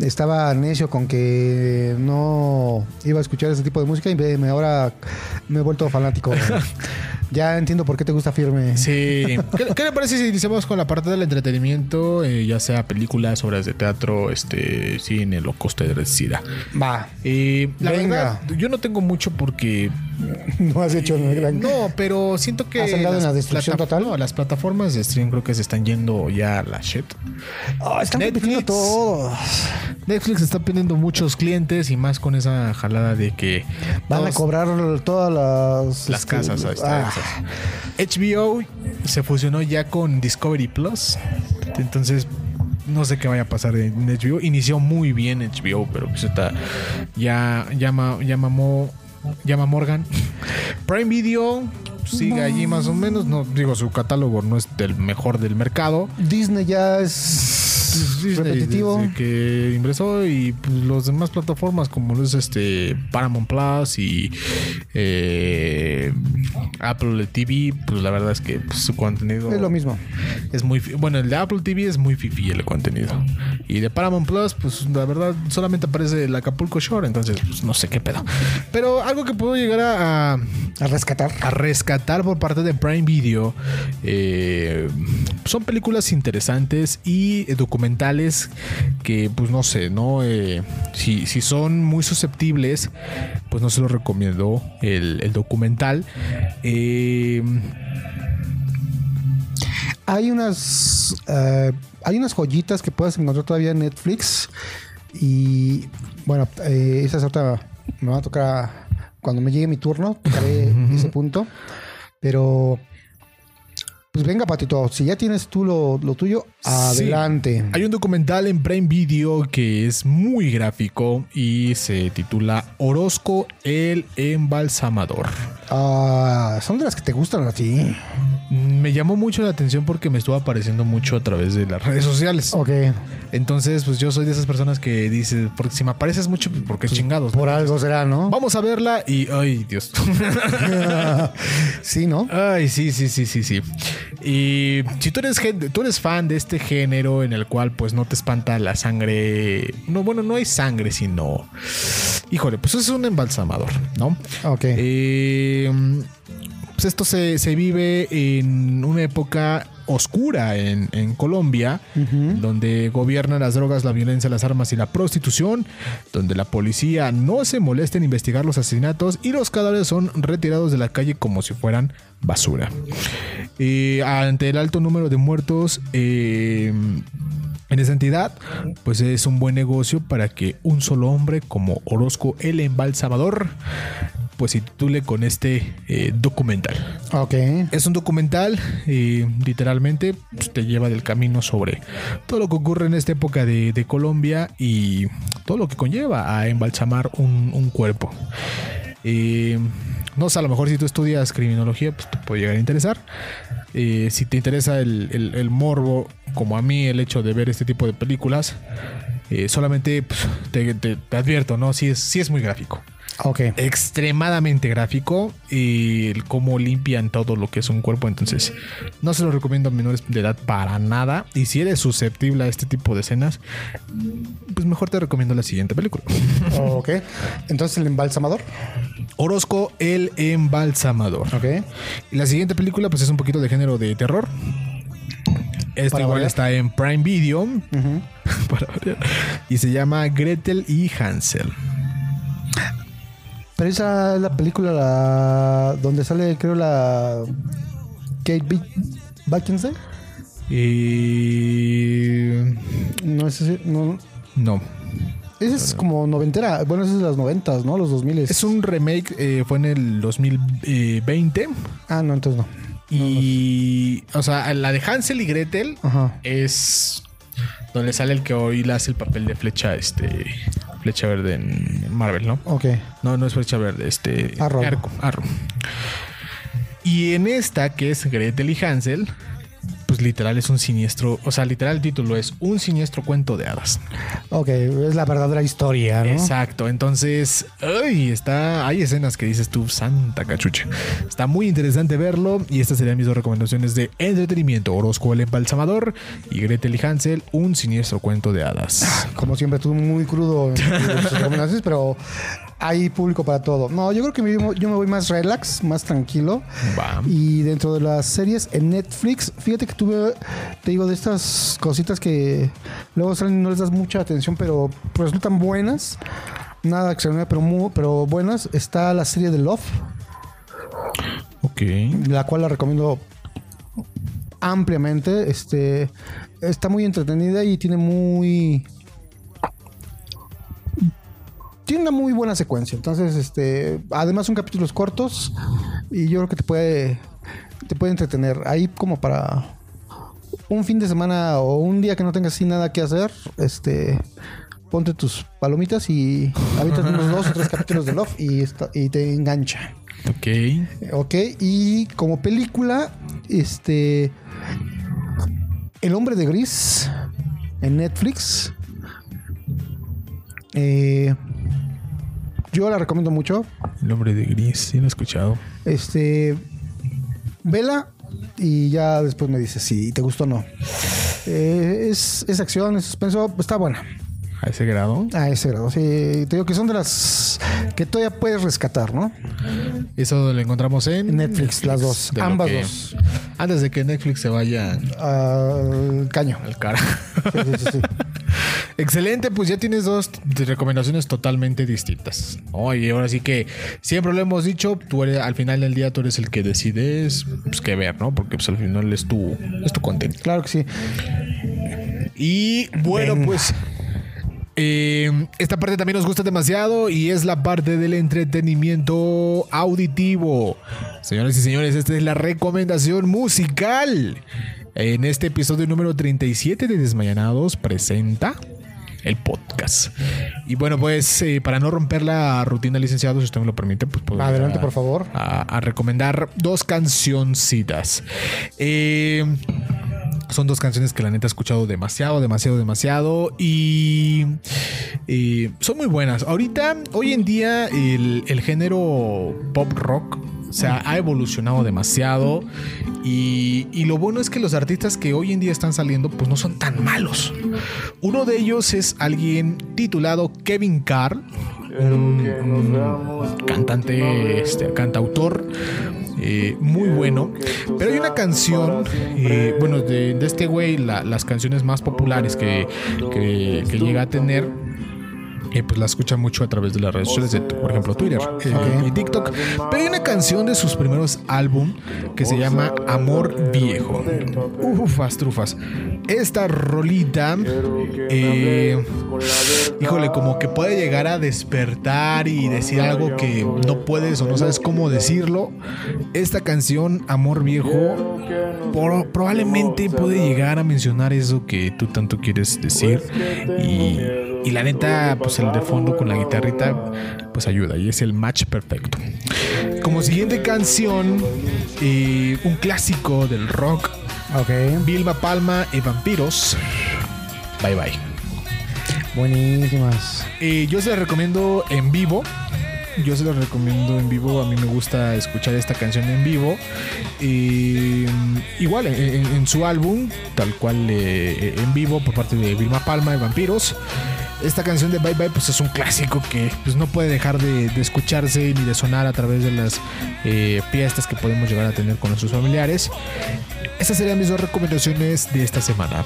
[SPEAKER 2] estaba necio con que no iba a escuchar ese tipo de música y veme, ahora me he vuelto fanático. ya entiendo por qué te gusta firme.
[SPEAKER 1] Sí. ¿Qué, qué le parece si iniciamos con la parte del entretenimiento? eh, ya sea películas, obras de teatro, este, cine, lo coste de SIDA.
[SPEAKER 2] Va.
[SPEAKER 1] Eh, la
[SPEAKER 2] Venga.
[SPEAKER 1] verdad, yo no tengo mucho porque.
[SPEAKER 2] No has hecho el gran.
[SPEAKER 1] No, pero siento que.
[SPEAKER 2] ¿Has andado en la destrucción
[SPEAKER 1] plata-
[SPEAKER 2] total?
[SPEAKER 1] no, las plataformas de stream creo que se están yendo ya a la shit.
[SPEAKER 2] Oh, están repitiendo
[SPEAKER 1] Netflix.
[SPEAKER 2] todo.
[SPEAKER 1] Netflix está perdiendo muchos clientes y más con esa jalada de que.
[SPEAKER 2] Van a
[SPEAKER 1] todos-
[SPEAKER 2] cobrar todas las.
[SPEAKER 1] Las
[SPEAKER 2] este,
[SPEAKER 1] casas, ahí está,
[SPEAKER 2] ah,
[SPEAKER 1] esas. HBO se fusionó ya con Discovery Plus. Entonces, no sé qué vaya a pasar en HBO. Inició muy bien HBO, pero pues está. Ya, ya, ma- ya mamó. Llama Morgan. Prime Video sigue allí más o menos. No digo, su catálogo no es del mejor del mercado.
[SPEAKER 2] Disney ya es.
[SPEAKER 1] pues, Disney,
[SPEAKER 2] repetitivo.
[SPEAKER 1] desde que ingresó y pues, las demás plataformas como lo es este Paramount Plus y eh, Apple TV, pues la verdad es que pues, su contenido
[SPEAKER 2] Es lo mismo.
[SPEAKER 1] es muy fi- bueno, el de Apple TV es muy fifi el contenido. Y de Paramount Plus, pues la verdad solamente aparece el Acapulco Shore, entonces pues, no sé qué pedo. Pero algo que puedo llegar a- a
[SPEAKER 2] A rescatar.
[SPEAKER 1] a rescatar por parte de Prime Video eh, son películas interesantes y eh, documentales que pues no sé no Eh, si, si son muy susceptibles pues no se los recomiendo el, el documental Eh,
[SPEAKER 2] Hay unas eh, hay unas joyitas que puedes encontrar todavía en Netflix y bueno, eh, esa es otra me va a tocar cuando me llegue mi turno, tocaré ese punto, pero pues venga patito, si ya tienes tú lo, lo tuyo,
[SPEAKER 1] Sí.
[SPEAKER 2] adelante.
[SPEAKER 1] hay un documental en Prime Video que es muy gráfico y se titula Orozco el embalsamador
[SPEAKER 2] Ah, son de las que te gustan a ti.
[SPEAKER 1] me llamó mucho la atención porque me estuvo apareciendo mucho a través de las redes sociales
[SPEAKER 2] Ok,
[SPEAKER 1] Entonces, pues yo soy de esas personas que dice, porque si me apareces mucho, pues, porque chingados.
[SPEAKER 2] por algo será, ¿no?
[SPEAKER 1] Vamos a verla y ay, Dios.
[SPEAKER 2] sí, ¿no?
[SPEAKER 1] ay, sí, sí, sí, sí, sí. Y si tú eres gen- tú eres fan de este género en el cual pues no te espanta la sangre, no bueno, no hay sangre, sino híjole, pues es un embalsamador, ¿no?
[SPEAKER 2] Ok.
[SPEAKER 1] Eh, pues esto se, se vive en una época oscura en, en Colombia, donde gobiernan las drogas, la violencia, las armas y la prostitución, donde la policía no se molesta en investigar los asesinatos y los cadáveres son retirados de la calle como si fueran basura. Y ante el alto número de muertos, eh, en esa entidad, pues es un buen negocio para que un solo hombre como Orozco el Embalsamador, pues se titule con este eh, documental.
[SPEAKER 2] ok.
[SPEAKER 1] Es un documental y literalmente pues, te lleva del camino sobre todo lo que ocurre en esta época de, de Colombia y todo lo que conlleva a embalsamar un, un cuerpo. Eh, no sé, a lo mejor si tú estudias criminología, pues te puede llegar a interesar. Eh, si te interesa el, el- el morbo, como a mí, el hecho de ver este tipo de películas, eh, solamente pues, te, te- te advierto, ¿no? Si es, sí es muy gráfico
[SPEAKER 2] Ok.
[SPEAKER 1] extremadamente gráfico y el cómo limpian todo lo que es un cuerpo. Entonces, no se lo recomiendo a menores de edad para nada. Y si eres susceptible a este tipo de escenas, pues mejor te recomiendo la siguiente película.
[SPEAKER 2] Ok. Entonces el embalsamador.
[SPEAKER 1] Orozco el embalsamador.
[SPEAKER 2] Ok.
[SPEAKER 1] Y la siguiente película pues es un poquito de género de terror. Esta
[SPEAKER 2] Para
[SPEAKER 1] igual
[SPEAKER 2] variar.
[SPEAKER 1] está en Prime Video. Para variar. y se llama Gretel y Hansel.
[SPEAKER 2] Pero esa es la película la- donde sale, creo, la Kate Bi- Beckinsale.
[SPEAKER 1] Y...
[SPEAKER 2] No es así, no.
[SPEAKER 1] No,
[SPEAKER 2] Esa es como noventera. Bueno, esa es de las noventas, ¿no? Los dos miles.
[SPEAKER 1] Es un remake, eh, fue en el 2020.
[SPEAKER 2] Ah, no, entonces no.
[SPEAKER 1] Y. O sea, la de Hansel y Gretel
[SPEAKER 2] Ajá.
[SPEAKER 1] es donde sale el que hoy le hace el papel de flecha, este. Flecha verde en en Marvel, ¿no?
[SPEAKER 2] Ok.
[SPEAKER 1] No, no es flecha verde, este.
[SPEAKER 2] Arrow.
[SPEAKER 1] Arco, Arrow. Y en esta, que es Gretel y Hansel, pues literal es un siniestro. O sea, literal el título es Un siniestro cuento de hadas.
[SPEAKER 2] Ok, es la verdadera historia, ¿no?
[SPEAKER 1] Exacto, entonces, ay, está, hay escenas que dices tú, santa cachucha. Está muy interesante verlo y estas serían mis dos recomendaciones de entretenimiento, Orozco el embalsamador y Gretel y Hansel, un siniestro cuento de hadas.
[SPEAKER 2] Como siempre, tú muy crudo en tus recomendaciones, pero hay público para todo. No, yo creo que me- yo me voy más relax, más tranquilo.
[SPEAKER 1] Va.
[SPEAKER 2] Y dentro de las series en Netflix, fíjate que tuve, te digo, de estas cositas que luego salen y no les das mucha atención, pero resultan buenas. Nada extraordinario, pero, mu- pero buenas. Está la serie de Love,
[SPEAKER 1] Ok.
[SPEAKER 2] la cual la recomiendo ampliamente. Este Está muy entretenida y tiene muy... Tiene una muy buena secuencia. Entonces, este, además son capítulos cortos y yo creo que te puede, te puede entretener. Ahí como para un fin de semana o un día que no tengas así nada que hacer, este, ponte tus palomitas y habitas unos dos o tres capítulos de Love y, está- y te engancha.
[SPEAKER 1] Ok.
[SPEAKER 2] Ok, y como película, este. El hombre de gris. en Netflix. Eh, yo la recomiendo mucho.
[SPEAKER 1] El hombre de gris, sí lo he escuchado.
[SPEAKER 2] Este. Vela y ya después me dices si te gustó o no. Eh, es, es acción, es suspenso, está buena.
[SPEAKER 1] A ese grado.
[SPEAKER 2] A ese grado, sí. Te digo que son de las que todavía puedes rescatar, ¿no?
[SPEAKER 1] Eso lo encontramos en
[SPEAKER 2] En Netflix, las dos,
[SPEAKER 1] de lo
[SPEAKER 2] ambas
[SPEAKER 1] que-
[SPEAKER 2] dos.
[SPEAKER 1] Antes de que Netflix se vaya
[SPEAKER 2] Al caño.
[SPEAKER 1] al cara.
[SPEAKER 2] Sí, sí, sí, sí.
[SPEAKER 1] Excelente, pues ya tienes dos t- recomendaciones totalmente distintas. Oye, ahora sí que siempre lo hemos dicho, tú eres, al final del día tú eres el que decides pues, qué ver, ¿no? Porque pues, al final es tu, es tu contenido.
[SPEAKER 2] Claro que sí.
[SPEAKER 1] Y bueno,
[SPEAKER 2] Venga.
[SPEAKER 1] pues eh, esta parte también nos gusta demasiado y es la parte del entretenimiento auditivo. Señoras y señores, esta es la recomendación musical. En este episodio número 37 de Desmayanados presenta el podcast. Y bueno, pues eh, para no romper la rutina, licenciado, si usted me lo permite, pues puedo
[SPEAKER 2] Adelante,
[SPEAKER 1] a-
[SPEAKER 2] por favor.
[SPEAKER 1] A, a recomendar dos cancioncitas. Eh, son dos canciones que la neta he escuchado demasiado, demasiado, demasiado. Y, eh, son muy buenas. Ahorita, hoy en día, el, el género pop rock. O sea, ha evolucionado demasiado y, y lo bueno es que los artistas que hoy en día están saliendo pues no son tan malos. Uno de ellos es alguien titulado Kevin Carr, un, un Mm, cantante, este, cantautor eh, muy bueno. Pero hay una canción, eh, bueno, de, de este güey, la- las canciones más populares que, que- que llega a tener. eh, pues la escucha mucho a través de las redes sociales, de, por ejemplo Twitter eh, y TikTok. Pero hay una canción de sus primeros álbum que se llama Amor Viejo. Ufas, trufas. Esta rolita, eh, híjole, como que puede llegar a despertar y decir algo que no puedes o no sabes cómo decirlo. Esta canción, Amor Viejo, por- probablemente puede llegar a mencionar eso que tú tanto quieres decir. Y, y la neta, pues el de fondo con la guitarrita, pues ayuda y es el match perfecto. Como siguiente canción, eh, un clásico del rock,
[SPEAKER 2] Ok.
[SPEAKER 1] Vilma Palma y Vampiros. Bye bye.
[SPEAKER 2] Buenísimas.
[SPEAKER 1] Eh, yo se las recomiendo en vivo. Yo se las recomiendo en vivo. A mí me gusta escuchar esta canción en vivo. Eh, igual, en, en- en su álbum, tal cual eh, en vivo por parte de Vilma Palma de Vampiros. Esta canción de Bye Bye pues es un clásico que pues, no puede dejar de, de escucharse ni de sonar a través de las eh, fiestas que podemos llegar a tener con nuestros familiares. Estas serían mis dos recomendaciones de esta semana.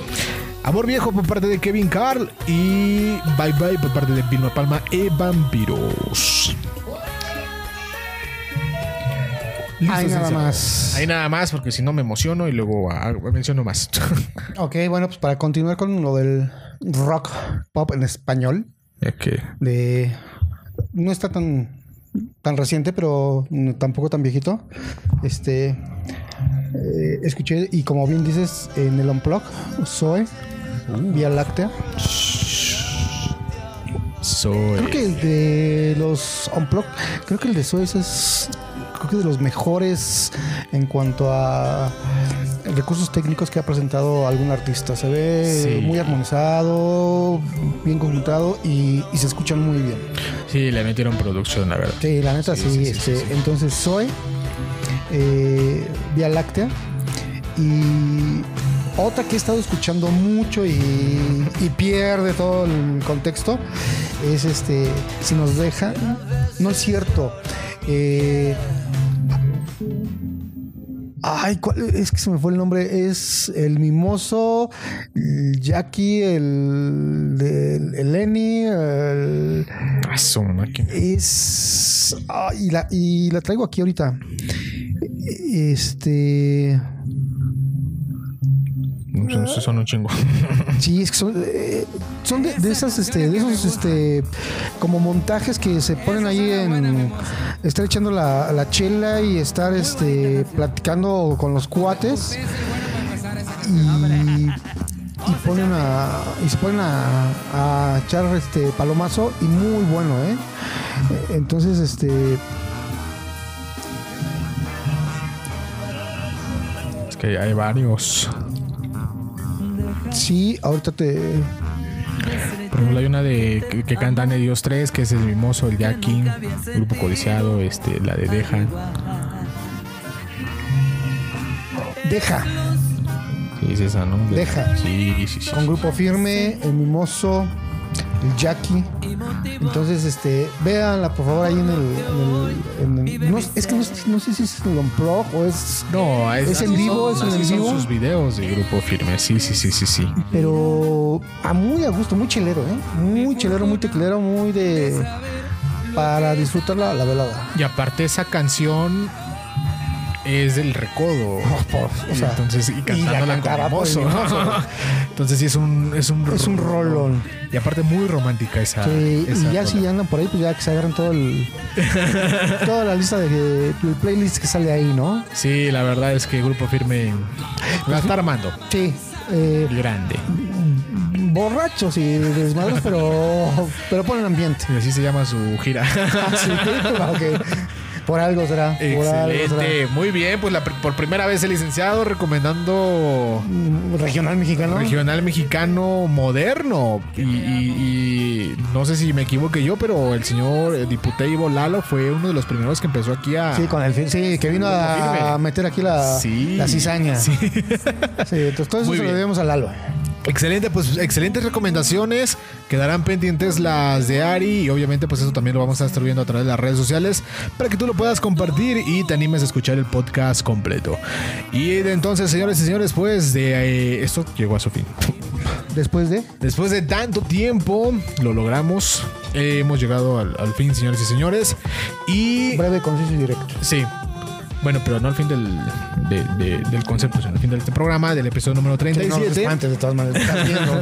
[SPEAKER 1] Amor Viejo por parte de Kevin Carl y Bye Bye por parte de Vilma Palma y Vampiros. Listo,
[SPEAKER 2] Ay, nada
[SPEAKER 1] sencillo.
[SPEAKER 2] más.
[SPEAKER 1] Ahí nada más porque si no me emociono y luego ah, menciono más.
[SPEAKER 2] Ok, bueno, pues para continuar con lo del rock pop en español,
[SPEAKER 1] ok.
[SPEAKER 2] de no está tan tan reciente, pero no- tampoco tan viejito. Este eh, escuché y como bien dices en el unplug Zoe
[SPEAKER 1] Uh.
[SPEAKER 2] Vía Láctea.
[SPEAKER 1] Soy.
[SPEAKER 2] Creo que el de los unplug, creo que el de Zoe es creo que de los mejores en cuanto a recursos técnicos que ha presentado algún artista. Se ve
[SPEAKER 1] Sí.
[SPEAKER 2] muy armonizado, bien conjuntado y, y se escuchan muy bien.
[SPEAKER 1] Sí, le metieron producción, la verdad.
[SPEAKER 2] Sí, la neta sí.
[SPEAKER 1] sí, sí,
[SPEAKER 2] este,
[SPEAKER 1] sí, sí.
[SPEAKER 2] Entonces soy eh, Vía Láctea y otra que he estado escuchando mucho y, y pierde todo el contexto es este si nos deja no es cierto eh, ay ¿cuál? es que se me fue el nombre es el mimoso el Jackie el, el, el Lenny el,
[SPEAKER 1] Ah, su máquina.
[SPEAKER 2] es. ah, y, la, y la traigo aquí ahorita. Este.
[SPEAKER 1] No sé, Son un chingo.
[SPEAKER 2] Sí, es que son, eh, son de, de esas, este, de esos, este, como montajes que se ponen ahí en estar echando la, la chela y estar, este, platicando con los cuates y, y ponen a, y se ponen a, a echar, este, palomazo y muy bueno, ¿eh? Entonces, este,
[SPEAKER 1] Es que hay varios.
[SPEAKER 2] Sí, ahorita te.
[SPEAKER 1] Por ejemplo, hay una de que, que cantan Dios 3, que es el mimoso, el Jacking, Grupo Codiciado, este, la de Deja.
[SPEAKER 2] Deja,
[SPEAKER 1] Sí, es esa, ¿no?
[SPEAKER 2] Deja.
[SPEAKER 1] Sí, sí, sí, sí.
[SPEAKER 2] con grupo firme, el mimoso, el Jackie. Entonces, este, véanla por favor ahí en el. en el- en el- no, es que no, no sé si es el Unplug o es.
[SPEAKER 1] No, es,
[SPEAKER 2] ¿Es en vivo? ¿Es en
[SPEAKER 1] así son
[SPEAKER 2] vivo?
[SPEAKER 1] sus videos de Grupo Firme. Sí, sí, sí, sí, sí.
[SPEAKER 2] Pero a muy a gusto, muy chelero, ¿eh? Muy chelero, muy teclero, muy de. Para disfrutar la, la velada.
[SPEAKER 1] Y aparte esa canción es del recodo.
[SPEAKER 2] Oh, o sea,
[SPEAKER 1] y entonces y
[SPEAKER 2] y la
[SPEAKER 1] cantándola con
[SPEAKER 2] cantaba por el
[SPEAKER 1] Mimoso. entonces sí es un es un
[SPEAKER 2] Es un rolón.
[SPEAKER 1] Y aparte muy romántica esa.
[SPEAKER 2] Sí,
[SPEAKER 1] esa
[SPEAKER 2] y ya
[SPEAKER 1] rola.
[SPEAKER 2] si andan por ahí, pues ya que se agarran todo el. toda la lista de, del playlist que sale ahí, ¿no?
[SPEAKER 1] Sí, la verdad es que Grupo Firme la está armando.
[SPEAKER 2] Sí. eh,
[SPEAKER 1] El grande.
[SPEAKER 2] borrachos y desmadres, pero, pero ponen ambiente.
[SPEAKER 1] Y así se llama su gira.
[SPEAKER 2] Así que, como que por algo será. Por algo será.
[SPEAKER 1] Excelente. Muy bien, pues la pr- por primera vez el licenciado recomendando
[SPEAKER 2] Mm, Regional mexicano.
[SPEAKER 1] regional mexicano moderno. Y, y- y no sé si me equivoque yo, pero el señor eh, diputado Ivo Lalo fue uno de los primeros que empezó aquí a.
[SPEAKER 2] Sí, con el fi- sí, que vino a,
[SPEAKER 1] Firme.
[SPEAKER 2] meter aquí la,
[SPEAKER 1] Sí.
[SPEAKER 2] la cizaña. Sí.
[SPEAKER 1] Sí.
[SPEAKER 2] entonces todo eso
[SPEAKER 1] Muy
[SPEAKER 2] se lo
[SPEAKER 1] bien.
[SPEAKER 2] debemos al Lalo.
[SPEAKER 1] Excelente, pues excelentes recomendaciones. Quedarán pendientes las de Ari y obviamente pues eso también lo vamos a estar viendo a través de las redes sociales para que tú lo puedas compartir y te animes a escuchar el podcast completo. Y de entonces, señores y señores, pues de eh, esto llegó a su fin.
[SPEAKER 2] Después de.
[SPEAKER 1] Después de tanto tiempo, lo logramos. Eh, hemos llegado al, al fin, señores y señores. Y...
[SPEAKER 2] Breve, conciso y directo.
[SPEAKER 1] Sí. Bueno, pero no al fin del, de- de- del concepto, sino al fin de este programa, del episodio número
[SPEAKER 2] Sí, no,
[SPEAKER 1] 37.
[SPEAKER 2] antes, de todas maneras. Están viendo.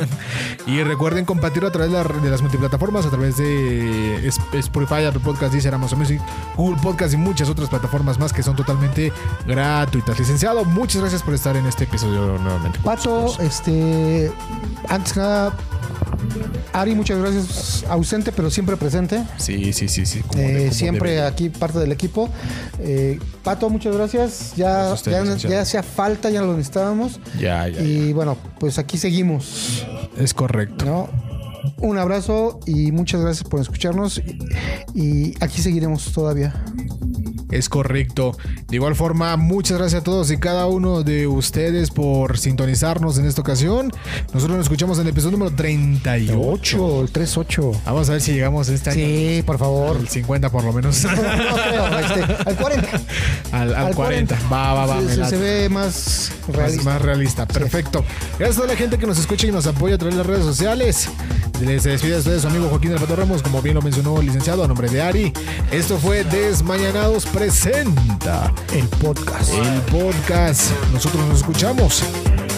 [SPEAKER 1] Y recuerden compartirlo a través de, la- de las multiplataformas, a través de es- Spotify, Apple Podcast, Deezer, Amazon Music, Google Podcast y muchas otras plataformas más que son totalmente gratuitas. Licenciado, muchas gracias por estar en este episodio nuevamente.
[SPEAKER 2] Pato, este. Antes que nada, Ari, muchas gracias. Ausente, pero siempre presente.
[SPEAKER 1] Sí, sí, sí, sí. como
[SPEAKER 2] Eh,
[SPEAKER 1] de- como
[SPEAKER 2] siempre
[SPEAKER 1] debe.
[SPEAKER 2] aquí parte del equipo. Eh, Pato, muchas gracias. Ya,
[SPEAKER 1] Gracias a usted,
[SPEAKER 2] ya-
[SPEAKER 1] licenciado.
[SPEAKER 2] ya hacía falta, ya lo necesitábamos.
[SPEAKER 1] Ya, ya,
[SPEAKER 2] Y bueno, pues aquí seguimos,
[SPEAKER 1] ya. Es correcto.
[SPEAKER 2] ¿no? Un abrazo y muchas gracias por escucharnos. Y aquí seguiremos todavía.
[SPEAKER 1] Es correcto. De igual forma, muchas gracias a todos y cada uno de ustedes por sintonizarnos en esta ocasión. Nosotros nos escuchamos en el episodio número 38.
[SPEAKER 2] 8, el 3-8.
[SPEAKER 1] Vamos a ver si llegamos este año
[SPEAKER 2] Sí, por favor.
[SPEAKER 1] al 50 por lo menos.
[SPEAKER 2] No creo, este, al 40.
[SPEAKER 1] al, al 40. Va, va, va.
[SPEAKER 2] Se-
[SPEAKER 1] me
[SPEAKER 2] se,
[SPEAKER 1] late.
[SPEAKER 2] se ve más
[SPEAKER 1] Más,
[SPEAKER 2] realista.
[SPEAKER 1] más realista, perfecto. Gracias a toda la gente que nos escucha y nos apoya a través de las redes sociales. Les despide a ustedes su amigo Joaquín del Pato Ramos, como bien lo mencionó el licenciado a nombre de Ari. Esto fue Desmañanados Presenta,
[SPEAKER 2] El podcast.
[SPEAKER 1] el podcast. Nosotros nos escuchamos.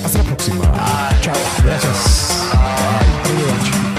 [SPEAKER 1] Hasta la próxima.
[SPEAKER 2] Chao. Gracias. Arrivederci.